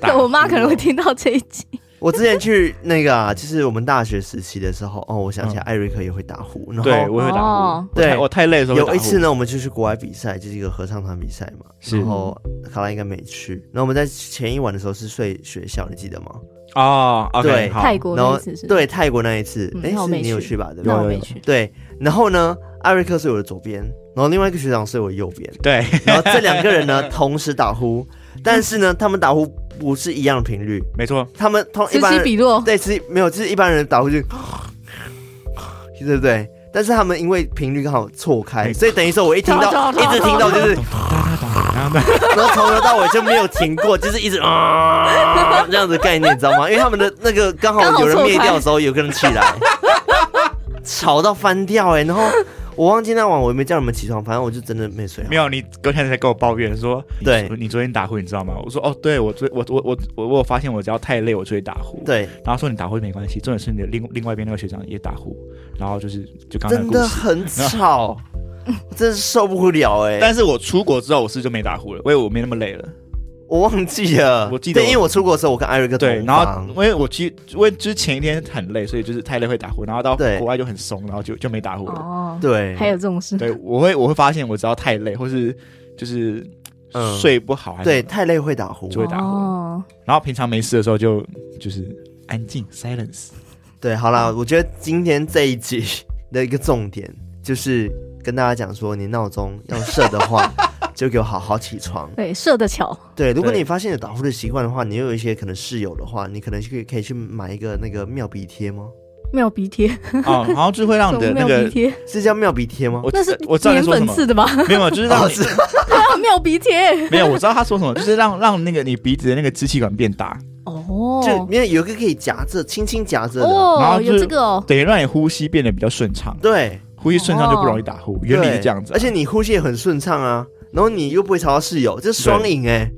C: 打呼
B: 我妈可能会听到这一集，
A: 我之前去那个 啊，就是我们大学时期的时候，哦，我想起来，
C: 嗯
A: 艾瑞克也会打呼，然
C: 对
A: 后。
C: 我也会打呼，
B: 哦
C: 我太
A: 对
C: 我太累的时候会打
A: 有
C: 呼
A: 一次，呢，我们就去国外比赛，就是一个合唱团比赛嘛。
C: 是
A: 然后卡拉应该没去。然后我们在前一晚的时候是睡学校，你记得吗？
C: 哦
A: 对
C: ，OK 好，
B: 泰国
A: 然
B: 那
A: 后
B: 一次是，
A: 对泰国那一次
B: 嗯，
A: 哎、
B: 那我
A: 是
B: 没
A: 你有
B: 去
A: 去吧？对
B: 那
A: 吧
B: 我
C: 有
B: 没
C: 有
B: 去。
A: 对。然后呢，艾瑞克睡我的左边，然后另外一个学长睡我右边。
C: 对，
A: 然后这两个人呢同时打呼，但是呢，他们打呼不是一样的频率，
C: 没错，
A: 他们通一
B: 此
A: 般
B: 起
A: 人
B: 彼落，
A: 对，其实没有，就是一般人打呼就，对不对？但是他们因为频率刚好错开，
C: 哎
A: 所以等于说我一听到，一直听到就是，然后从头到尾就没有停过，就是一直 啊这样子的概念，你知道吗？因为他们的那个刚好
B: 刚好
A: 有人
B: 错
A: 灭
B: 开
A: 掉的时候，有个人起 来，吵到翻掉哎、然后我忘记那晚我也没叫你们起床，反正我就真的没睡好
C: 没。有你隔天才跟我抱怨说，
A: 对
C: 你昨天打呼，你知道吗？我说哦，对我昨我我我我我有发现我只要太累，我就会打呼。，
A: 对，
C: 然后说你打呼没关系，重点是你的另另外一边那个学长也打呼，然后就是就刚刚那
A: 真
C: 个故
A: 的
C: 事。
A: 很 吵，真是受不了哎、
C: 但是我出国之后，我是就没打呼了，因为我没那么累了。
A: 我忘记了，
C: 我记得
A: 对，
C: 我
A: 因为我出国的时候，我跟艾瑞克
C: 对，
A: 同
C: 然后
A: 房
C: 因为我其实因为之前一天很累，所以就是太累会打呼，然后到
A: 对
C: 国外就很松，然后就就没打呼了。
B: 哦，
A: 对，
B: 还有这种事，
C: 对，我会我会发现，我只要太累，或是就是
A: 嗯
C: 睡不好，还是
A: 对太累会打呼，
C: 就会打呼
B: 哦，
C: 然后平常没事的时候就就是安静 silence。
A: 对，好啦，我觉得今天这一集的一个重点就是跟大家讲说，你闹钟要设的 话，就给我好好起床。
B: 对，射得巧，
A: 对，如果
C: 对
A: 你发现有打呼的习惯的话，你又有一些可能室友的话，你可能可以可以去买一个那个妙鼻贴吗？
B: 妙鼻贴，
C: 哦，然后就会让你的
B: 什么
C: 那
B: 妙鼻
C: 个，
B: 贴，
A: 是叫妙鼻贴吗？
C: 我
B: 那是
C: 我知道你
B: 粘
C: 在说什
B: 粉
C: 么，
B: 刺 的吧？
C: 没有，就是让
A: 哦，
C: 你
A: 是
B: 妙鼻贴，
C: 没有，我知道他说什么，就是让让那个你鼻子的那个支气管变大，
B: 哦，
A: 就因为有一个可以夹着，轻轻夹着的，
C: 然后
B: 哦，
C: 就
B: 有
C: 是
B: 这个哦，
C: 等于让你呼吸变得比较顺畅，
A: 对，
C: 呼吸顺畅就不容易打呼，原理
A: 对
C: 是这样子啊。
A: 而且你呼吸也很顺畅啊，然后你又不会吵到室友，这是双
C: 对
A: 赢哎、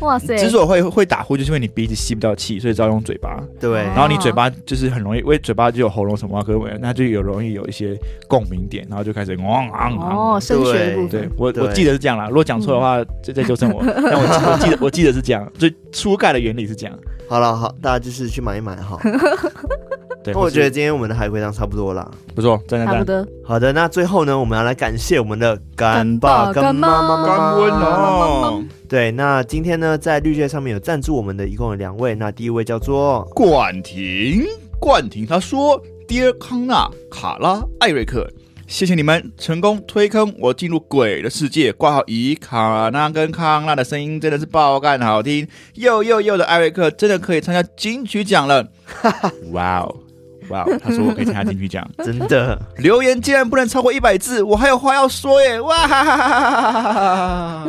B: 哇塞，
C: 之所以会会打呼，就是因为你鼻子吸不到气，所以只好用嘴巴。
A: 对，
B: 哦
C: 然后你嘴巴就是很容易，因为嘴巴就有喉咙什么啊，各位，那就有容易有一些共鸣点，然后就开始汪昂昂。
B: 哦，升学的部
C: 对
B: 分，
C: 我
A: 对
C: 我记得是这样啦，如果讲错的话，就再纠正我。但我记我记得我记得是这样，最初概的原理是这样。
A: 好了，好，大家就是去买一买哈。
C: 对，
A: 那我
C: 或是
A: 觉得今天我们的海龟汤差不多啦。
C: 不错，赞
B: 差不
C: 赞赞。
B: 多，
A: 好的，那最后呢，我们要来感谢我们的干爸
B: 干爸
A: 干妈妈妈妈
C: 干温
B: 哦
C: 哦，
A: 对，那今天呢，在绿界上面有赞助我们的，一共有两位。那第一位叫 做
C: 冠廷，冠廷他说：“Dear 康纳、卡拉、艾瑞克，谢谢你们成功推坑我进入鬼的世界。挂号以卡纳跟康纳的声音真的是爆干好听，又又又的艾瑞克真的可以参加金曲奖了。哇哦，哇哦，他说我可以参加金曲奖。
A: 真的，
C: 留言竟然不能超过一百字，我还有话要说耶！哇哈哈哈哈哈哈哈！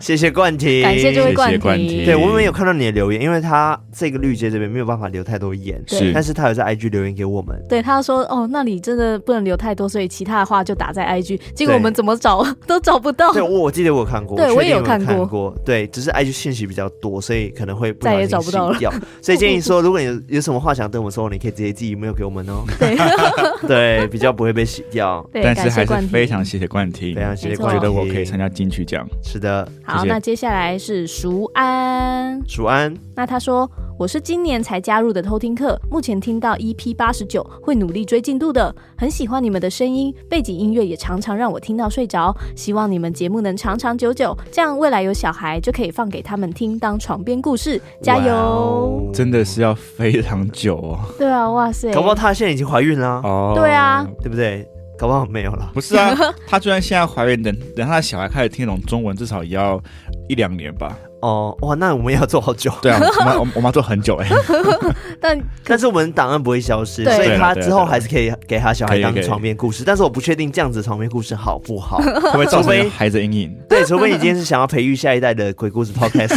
A: 谢谢冠廷，
B: 感谢这位
C: 谢谢冠
B: 廷
C: 廷，
A: 对我们有看到你的留言，因为他这个绿界这边没有办法留太多言，
B: 是
A: 但是他有在 IG 留言给我们。
B: 对，他说哦，那里真的不能留太多，所以其他的话就打在 IG。结
A: 对
B: 果我们怎么找都找不到
A: 对，，我我记得我有看过，
B: 对
A: 我
B: 我
A: 确
B: 也
A: 定
B: 有
A: 有看
B: 看过
A: 对，只是 IG 信息比较多，所以可能会不
B: 再
A: 小
B: 也
A: 心
B: 找不到
A: 洗掉。所以建议说，如果你有有什么话想对我们说，你可以直接寄 email 给我们哦。
B: 对
A: 对，比较不会被洗掉。
B: 对，
C: 但
B: 感
C: 是还
B: 谢冠
C: 是
B: 廷啊
C: 非常谢谢冠廷
A: 非，常谢谢
B: 没错
A: 冠
C: 觉
A: 廷，
C: 得我可以参加金曲奖。
A: 是的，
B: 好。
C: 谢谢
B: 那接下来是熟安，
A: 蜀安，
B: 那他说我是今年才加入的偷听课，目前听到 EP 八十九，会努力追进度的，很喜欢你们的声音，背景音乐也常常让我听到睡着，希望你们节目能长长久久，这样未来有小孩就可以放给他们听当床边故事，加油！
A: 哇哦
C: 真的是要非常久哦。
B: 对啊，哇塞，
A: 搞不好她现在已经怀孕啦，
C: 哦
B: 对啊，
A: 对不对？搞不好没有了。
C: 不是啊，她就算现在怀孕，等等她的小孩开始听懂中文，至少也要一两年吧。
A: 哦，哇，那我们要做好 久。
C: 对啊，我们我们我们要做很久哎、
B: 但
A: 但是我们档案不会消失，
B: 对
A: 所以她
C: 对啦对啦
A: 之后还是可以给她小
C: 可
A: 孩
C: 以
A: 当
C: 可以
A: 床边故事。但是我不确定这样子床边故事好不 好。
C: 会不会造
A: 除非
C: 成孩子阴影？
A: 对，除非你今天是想要培育下一代的鬼故事 podcast，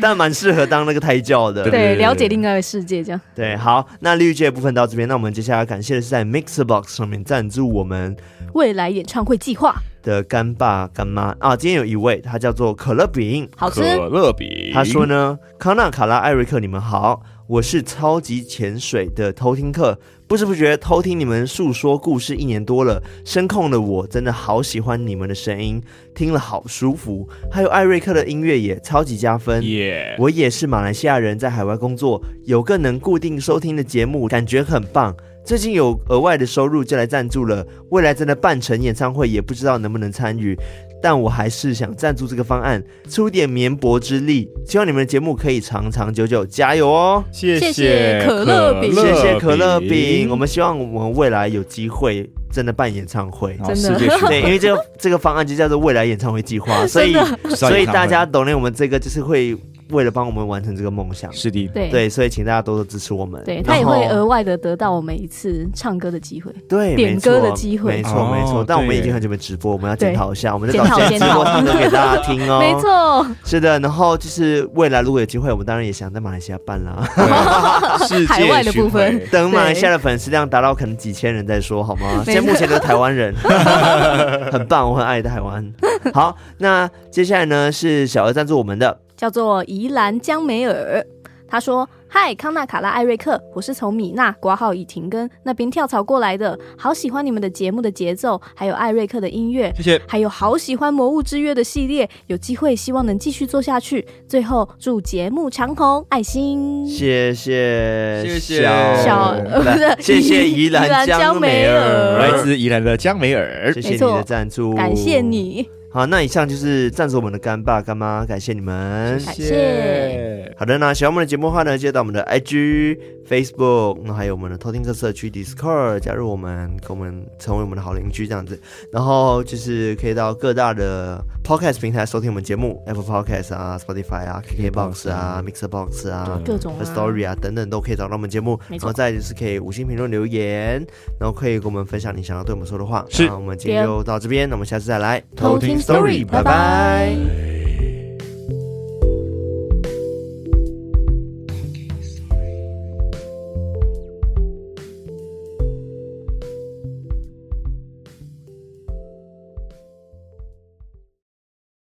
A: 但蛮适合当那个胎教的。
C: 对
B: 对
C: 对
B: 了解另外一个世界这样。
A: 对，好，那绿界的部分到这边，那我们接下来感谢的是在 Mixer Box 上面赞助我们
B: 未来演唱会计划，
A: 的干爸干妈啊，今天有一位，他叫做可乐饼，
B: 好吃
C: 可乐饼，
A: 他说呢，康纳、卡拉、艾瑞克，你们好，我是超级潜水的偷听客，不知不觉偷听你们诉说故事一年多了，声控的我真的好喜欢你们的声音，听了好舒服，还有艾瑞克的音乐也超级加分。
C: 耶
A: 我也是马来西亚人，在海外工作，有个能固定收听的节目，感觉很棒。最近有额外的收入就来赞助了，未来真的办成演唱会也不知道能不能参与，但我还是想赞助这个方案，出点绵薄之力。希望你们的节目可以长长久久，加油哦！
C: 谢
B: 谢谢可乐饼
A: 谢谢可乐饼，我们希望我们未来有机会真的办演唱会。
C: 然后
B: 真的
C: 世界 巡
A: 对，因
C: 回
A: 为这个这个方案就叫做未来演唱会计划，所以所以大家懂得我们这个就是会为了帮我们完成这个梦想。
C: 是的，
B: 对
A: 对，所以请大家多多支持我们。
B: 对
A: 然
B: 他也
A: 后
B: 会额外的得到我们一次唱歌的机会。
A: 对
B: 点
A: 没错
B: 歌的机会
A: 没错
C: 哦
A: 没错。但我们
C: 对
A: 已经很久没直播，我们要检
B: 对
A: 讨一下，我们再
B: 检
A: 找
B: 讨
A: 下次
B: 检
A: 直播
B: 讨
A: 唱歌给大家听哦。
B: 没，错，
A: 是的。然后就是未来如果有机会，我们当然也想在马来西亚办 啦。
C: 世
B: 海外的部分
C: 巡回
A: 等马来西亚的粉丝量达到可能几千人再说好吗？现在目前都是台湾 人，很棒，我很爱台湾。好，那接下来呢是小额赞助我们的，
B: 叫做宜兰江梅尔。他说：“嗨，康纳、卡拉、艾瑞克，我是从米娜、挂号以停跟那边跳槽过来的，好喜欢你们的节目的节奏，还有艾瑞克的音乐，
D: 谢谢，
B: 还有好喜欢《魔物之月》的系列，有机会希望能继续做下去。最后祝节目长红，爱心。
A: 谢谢
D: 谢谢
B: 小
A: 小
B: 呃不是，
A: 谢谢宜兰江美尔
D: 来自宜兰的江美尔
A: 谢，谢
B: 没
A: 你
B: 错
A: 的赞助，
B: 感谢。你，
A: 好，那以上就是赞助我们的干爸干妈，感谢你们。
B: 感谢。
A: 好的，那喜欢我们的节目的话呢，记得到我们的 IG、Facebook，那还有我们的偷听客社区 Discord，加入我们，跟我们成为我们的好邻居这样子。然后就是可以到各大的 Podcast 平台收听我们节目，Apple Podcast 啊、Spotify 啊、KKBox 啊、Mixer Box 啊。
B: 各种啊
A: First Story 啊等等都可以找到我们节目，
B: 没
A: 然
B: 错
A: 后再来就是可以五星评论留言，然后可以跟我们分享你想要对我们说的话。
D: 是
A: 那我们今天就到这边，那我们下次再来
B: 偷听 Story，拜拜
A: 拜拜